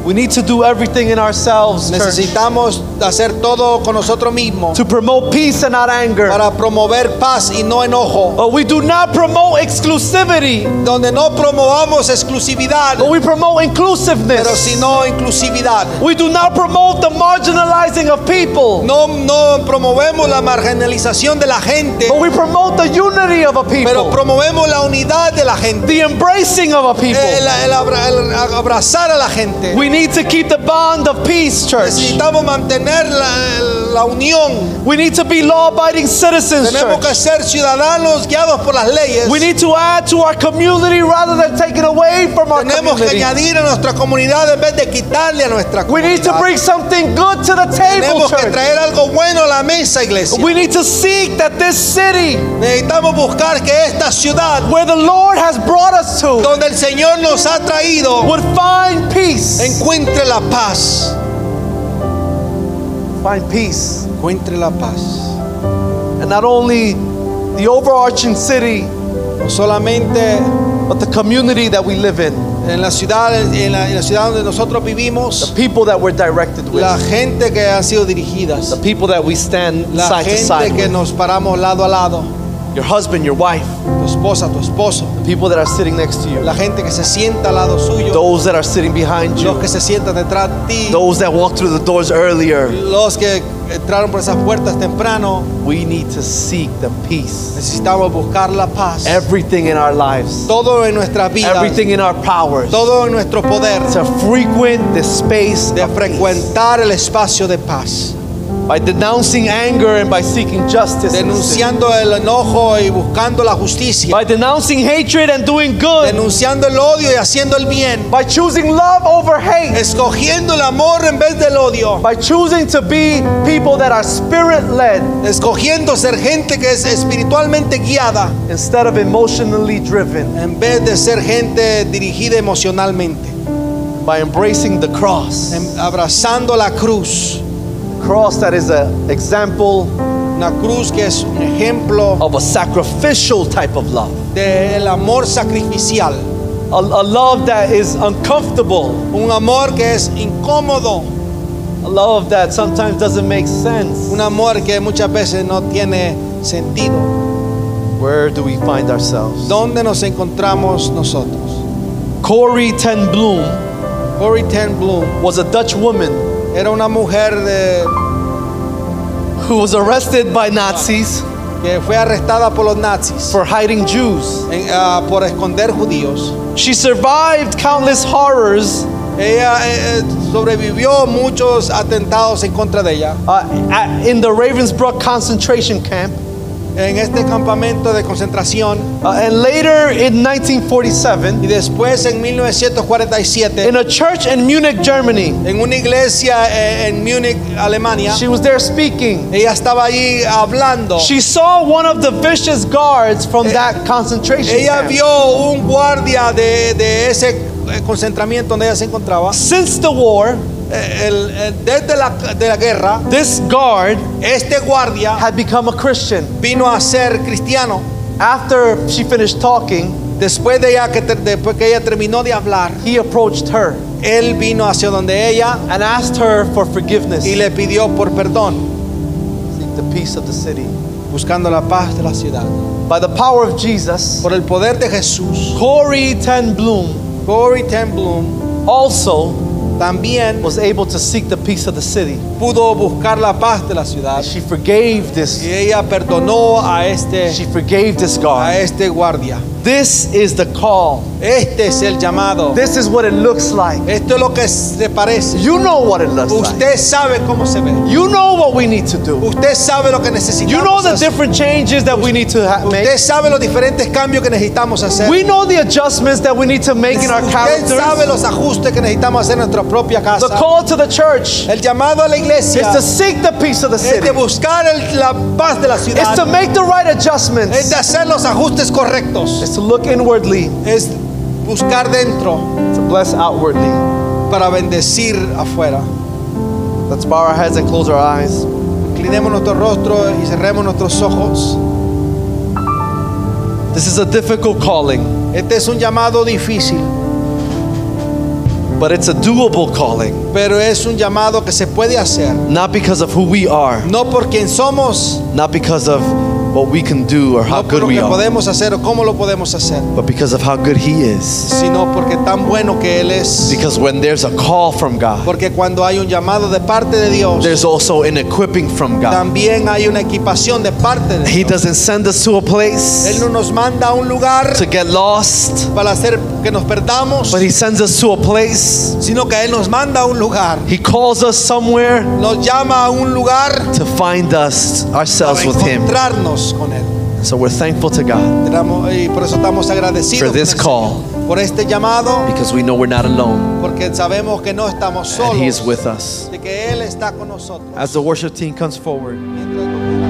[SPEAKER 2] We need to do everything in ourselves church,
[SPEAKER 3] Necesitamos hacer todo con nosotros mismos
[SPEAKER 2] to promote peace and not anger.
[SPEAKER 3] para promover paz y no enojo.
[SPEAKER 2] But we do not promote exclusivity,
[SPEAKER 3] Donde no promovamos exclusividad,
[SPEAKER 2] but we promote inclusiveness.
[SPEAKER 3] pero sino inclusividad.
[SPEAKER 2] We do not promote the marginalizing of people,
[SPEAKER 3] No, no promovemos la marginalización de la gente,
[SPEAKER 2] but we promote the unity of a
[SPEAKER 3] pero
[SPEAKER 2] people,
[SPEAKER 3] promovemos la unidad de la gente,
[SPEAKER 2] the embracing of a
[SPEAKER 3] el,
[SPEAKER 2] people.
[SPEAKER 3] el abra- el abrazar a Eh, la gente.
[SPEAKER 2] We need to keep the bond of peace, church.
[SPEAKER 3] Necesitamos mantener la- la unión.
[SPEAKER 2] We need to be law abiding citizens,
[SPEAKER 3] Tenemos
[SPEAKER 2] church.
[SPEAKER 3] que ser ciudadanos guiados por las leyes.
[SPEAKER 2] We need to add to our community rather than take it away from our
[SPEAKER 3] Tenemos que
[SPEAKER 2] community.
[SPEAKER 3] añadir a nuestra comunidad en vez de quitarle a nuestra
[SPEAKER 2] We need to
[SPEAKER 3] comunidad.
[SPEAKER 2] bring something good to the table,
[SPEAKER 3] Tenemos que
[SPEAKER 2] church.
[SPEAKER 3] traer algo bueno a la mesa, iglesia.
[SPEAKER 2] We need to seek that this city
[SPEAKER 3] Necesitamos buscar que esta ciudad
[SPEAKER 2] where the Lord has brought us to
[SPEAKER 3] donde el Señor nos ha traído
[SPEAKER 2] would find peace.
[SPEAKER 3] encuentre la paz.
[SPEAKER 2] Find peace.
[SPEAKER 3] Encuentre la paz.
[SPEAKER 2] And not only the overarching city,
[SPEAKER 3] No solamente
[SPEAKER 2] but the community that we live in,
[SPEAKER 3] en la ciudad, en la, en la ciudad donde nosotros vivimos,
[SPEAKER 2] people that we're directed with,
[SPEAKER 3] la gente que han sido dirigidas,
[SPEAKER 2] the people that we stand
[SPEAKER 3] la
[SPEAKER 2] side to side
[SPEAKER 3] gente que
[SPEAKER 2] with,
[SPEAKER 3] nos paramos lado a lado,
[SPEAKER 2] your husband, your wife,
[SPEAKER 3] tu esposa, tu esposo,
[SPEAKER 2] the people that are sitting next to you,
[SPEAKER 3] la gente que se sienta al lado suyo.
[SPEAKER 2] those that are sitting behind
[SPEAKER 3] los
[SPEAKER 2] you,
[SPEAKER 3] que se sientan detrás de ti,
[SPEAKER 2] those that walked through the doors earlier.
[SPEAKER 3] los que entraron por esas puertas temprano,
[SPEAKER 2] We need to seek the peace.
[SPEAKER 3] necesitamos buscar la paz.
[SPEAKER 2] Everything in our lives,
[SPEAKER 3] todo en nuestra vida,
[SPEAKER 2] everything in our powers,
[SPEAKER 3] todo en nuestro poder
[SPEAKER 2] to frequent the space
[SPEAKER 3] de
[SPEAKER 2] of peace.
[SPEAKER 3] frecuentar el espacio de paz,
[SPEAKER 2] by denouncing anger and by seeking justice, in the city.
[SPEAKER 3] denunciando el enojo y buscando la justicia,
[SPEAKER 2] by denouncing hatred and doing good,
[SPEAKER 3] denunciando el odio y haciendo el bien,
[SPEAKER 2] by choosing love over hate.
[SPEAKER 3] escogiendo el amor en vez del odio,
[SPEAKER 2] by choosing to be people that are spirit led
[SPEAKER 3] escogiendo ser gente que es espiritualmente guiada
[SPEAKER 2] instead of emotionally driven,
[SPEAKER 3] en vez de ser gente dirigida emocionalmente,
[SPEAKER 2] by embracing the cross.
[SPEAKER 3] en- abrazando la cruz.
[SPEAKER 2] cross that is an example
[SPEAKER 3] Una cruz que es un ejemplo
[SPEAKER 2] of a sacrificial type of love,
[SPEAKER 3] del amor sacrificial.
[SPEAKER 2] a, a love that is uncomfortable,
[SPEAKER 3] Un amor que es incómodo.
[SPEAKER 2] a love that sometimes doesn't make sense,
[SPEAKER 3] Un amor que muchas veces no tiene sentido.
[SPEAKER 2] Where do we find ourselves?
[SPEAKER 3] ¿Dónde nos encontramos nosotros?
[SPEAKER 2] Corrie Ten Bloom
[SPEAKER 3] Corrie Ten Bloom
[SPEAKER 2] was a Dutch woman
[SPEAKER 3] era una mujer de-
[SPEAKER 2] who was arrested by Nazis
[SPEAKER 3] que fue arrestada por los nazis
[SPEAKER 2] for hiding Jews.
[SPEAKER 3] en- ah, por esconder judíos.
[SPEAKER 2] She survived countless horrors
[SPEAKER 3] Ella eh, eh, sobrevivió muchos atentados en contra de ella
[SPEAKER 2] uh, at- in the Ravensbrück concentration camp.
[SPEAKER 3] en este campamento de concentración
[SPEAKER 2] Uh, and later in 1947,
[SPEAKER 3] y después en 1947
[SPEAKER 2] in a church in Munich, Germany,
[SPEAKER 3] en una iglesia eh, en Múnich, Alemania.
[SPEAKER 2] she was there speaking.
[SPEAKER 3] Ella estaba allí hablando.
[SPEAKER 2] She saw one of the vicious guards from that concentration
[SPEAKER 3] Ella
[SPEAKER 2] camp.
[SPEAKER 3] vio un guardia de, de ese eh, concentramiento donde ella se encontraba.
[SPEAKER 2] Since the war,
[SPEAKER 3] Eh, el- el- desde la, de la guerra,
[SPEAKER 2] this guard
[SPEAKER 3] este guardia
[SPEAKER 2] had become a Christian.
[SPEAKER 3] vino a ser cristiano.
[SPEAKER 2] After she finished talking,
[SPEAKER 3] Después de ella que ter- después que ella terminó de hablar,
[SPEAKER 2] he approached her
[SPEAKER 3] él vino hacia donde ella
[SPEAKER 2] and asked her for forgiveness.
[SPEAKER 3] y le pidió por perdón,
[SPEAKER 2] Seek the peace of the city.
[SPEAKER 3] buscando la paz de la ciudad.
[SPEAKER 2] By the power of Jesus,
[SPEAKER 3] Por el poder de Jesús,
[SPEAKER 2] Corey Ten Bloom
[SPEAKER 3] Corey Ten Bloom
[SPEAKER 2] also
[SPEAKER 3] también
[SPEAKER 2] was able to seek the peace of the city.
[SPEAKER 3] pudo buscar la paz de la ciudad.
[SPEAKER 2] She forgave
[SPEAKER 3] Y
[SPEAKER 2] this.
[SPEAKER 3] ella perdonó a este
[SPEAKER 2] She forgave this
[SPEAKER 3] a
[SPEAKER 2] guard.
[SPEAKER 3] este guardia.
[SPEAKER 2] This is the call.
[SPEAKER 3] Este es el llamado.
[SPEAKER 2] This is what it looks like.
[SPEAKER 3] Esto es lo que se parece.
[SPEAKER 2] You know what it looks like.
[SPEAKER 3] Usted sabe cómo se ve.
[SPEAKER 2] You know what we need to do.
[SPEAKER 3] Usted sabe lo que
[SPEAKER 2] You know
[SPEAKER 3] necesitamos.
[SPEAKER 2] the
[SPEAKER 3] hacer.
[SPEAKER 2] different changes that we need to ha-
[SPEAKER 3] Usted
[SPEAKER 2] make.
[SPEAKER 3] sabe los diferentes cambios que necesitamos hacer.
[SPEAKER 2] We know the adjustments that we need to make in our
[SPEAKER 3] Usted sabe
[SPEAKER 2] characters.
[SPEAKER 3] los ajustes que necesitamos hacer en nuestra propia
[SPEAKER 2] The
[SPEAKER 3] casa.
[SPEAKER 2] call to the church
[SPEAKER 3] El llamado a la iglesia
[SPEAKER 2] is to seek the peace of the
[SPEAKER 3] es
[SPEAKER 2] city.
[SPEAKER 3] de buscar el- la paz de la
[SPEAKER 2] It's to
[SPEAKER 3] ciudad.
[SPEAKER 2] make the right
[SPEAKER 3] Es
[SPEAKER 2] adjustments.
[SPEAKER 3] de hacer los ajustes correctos.
[SPEAKER 2] It's to look inwardly,
[SPEAKER 3] Es buscar dentro
[SPEAKER 2] to bless outwardly.
[SPEAKER 3] para bendecir afuera.
[SPEAKER 2] Let's bow our heads and close our eyes.
[SPEAKER 3] Inclinemos nuestro rostro y cerremos nuestros ojos.
[SPEAKER 2] This is a difficult calling,
[SPEAKER 3] Este es un llamado difícil,
[SPEAKER 2] but it's a doable calling.
[SPEAKER 3] pero es un llamado que se puede hacer.
[SPEAKER 2] Not because of who we are,
[SPEAKER 3] No por quien somos,
[SPEAKER 2] not because of what we can do or how
[SPEAKER 3] no por
[SPEAKER 2] good
[SPEAKER 3] lo
[SPEAKER 2] we
[SPEAKER 3] que
[SPEAKER 2] are,
[SPEAKER 3] podemos hacer o cómo lo podemos hacer,
[SPEAKER 2] but because of how good He is.
[SPEAKER 3] sino porque tan bueno que Él es.
[SPEAKER 2] Because when there's a call from God,
[SPEAKER 3] Porque cuando hay un llamado de parte de Dios,
[SPEAKER 2] there's also an equipping from God.
[SPEAKER 3] también hay una equipación de parte de
[SPEAKER 2] He
[SPEAKER 3] Dios.
[SPEAKER 2] doesn't send us to a
[SPEAKER 3] Él
[SPEAKER 2] place
[SPEAKER 3] no nos manda a un lugar
[SPEAKER 2] to get lost,
[SPEAKER 3] para hacer que nos perdamos,
[SPEAKER 2] but He sends us to a place.
[SPEAKER 3] sino que Él nos manda a un lugar.
[SPEAKER 2] He calls us somewhere
[SPEAKER 3] Nos llama a un lugar
[SPEAKER 2] to find us
[SPEAKER 3] para
[SPEAKER 2] ourselves with Him.
[SPEAKER 3] encontrarnos con Él.
[SPEAKER 2] So we're thankful to God
[SPEAKER 3] Éramos- Y por eso estamos agradecidos
[SPEAKER 2] For this
[SPEAKER 3] con el Señor, por este llamado,
[SPEAKER 2] because we know we're not alone
[SPEAKER 3] porque sabemos que no estamos
[SPEAKER 2] and He is
[SPEAKER 3] solos,
[SPEAKER 2] with us.
[SPEAKER 3] de que Él está con nosotros.
[SPEAKER 2] As the worship team comes forward.
[SPEAKER 3] Mientras-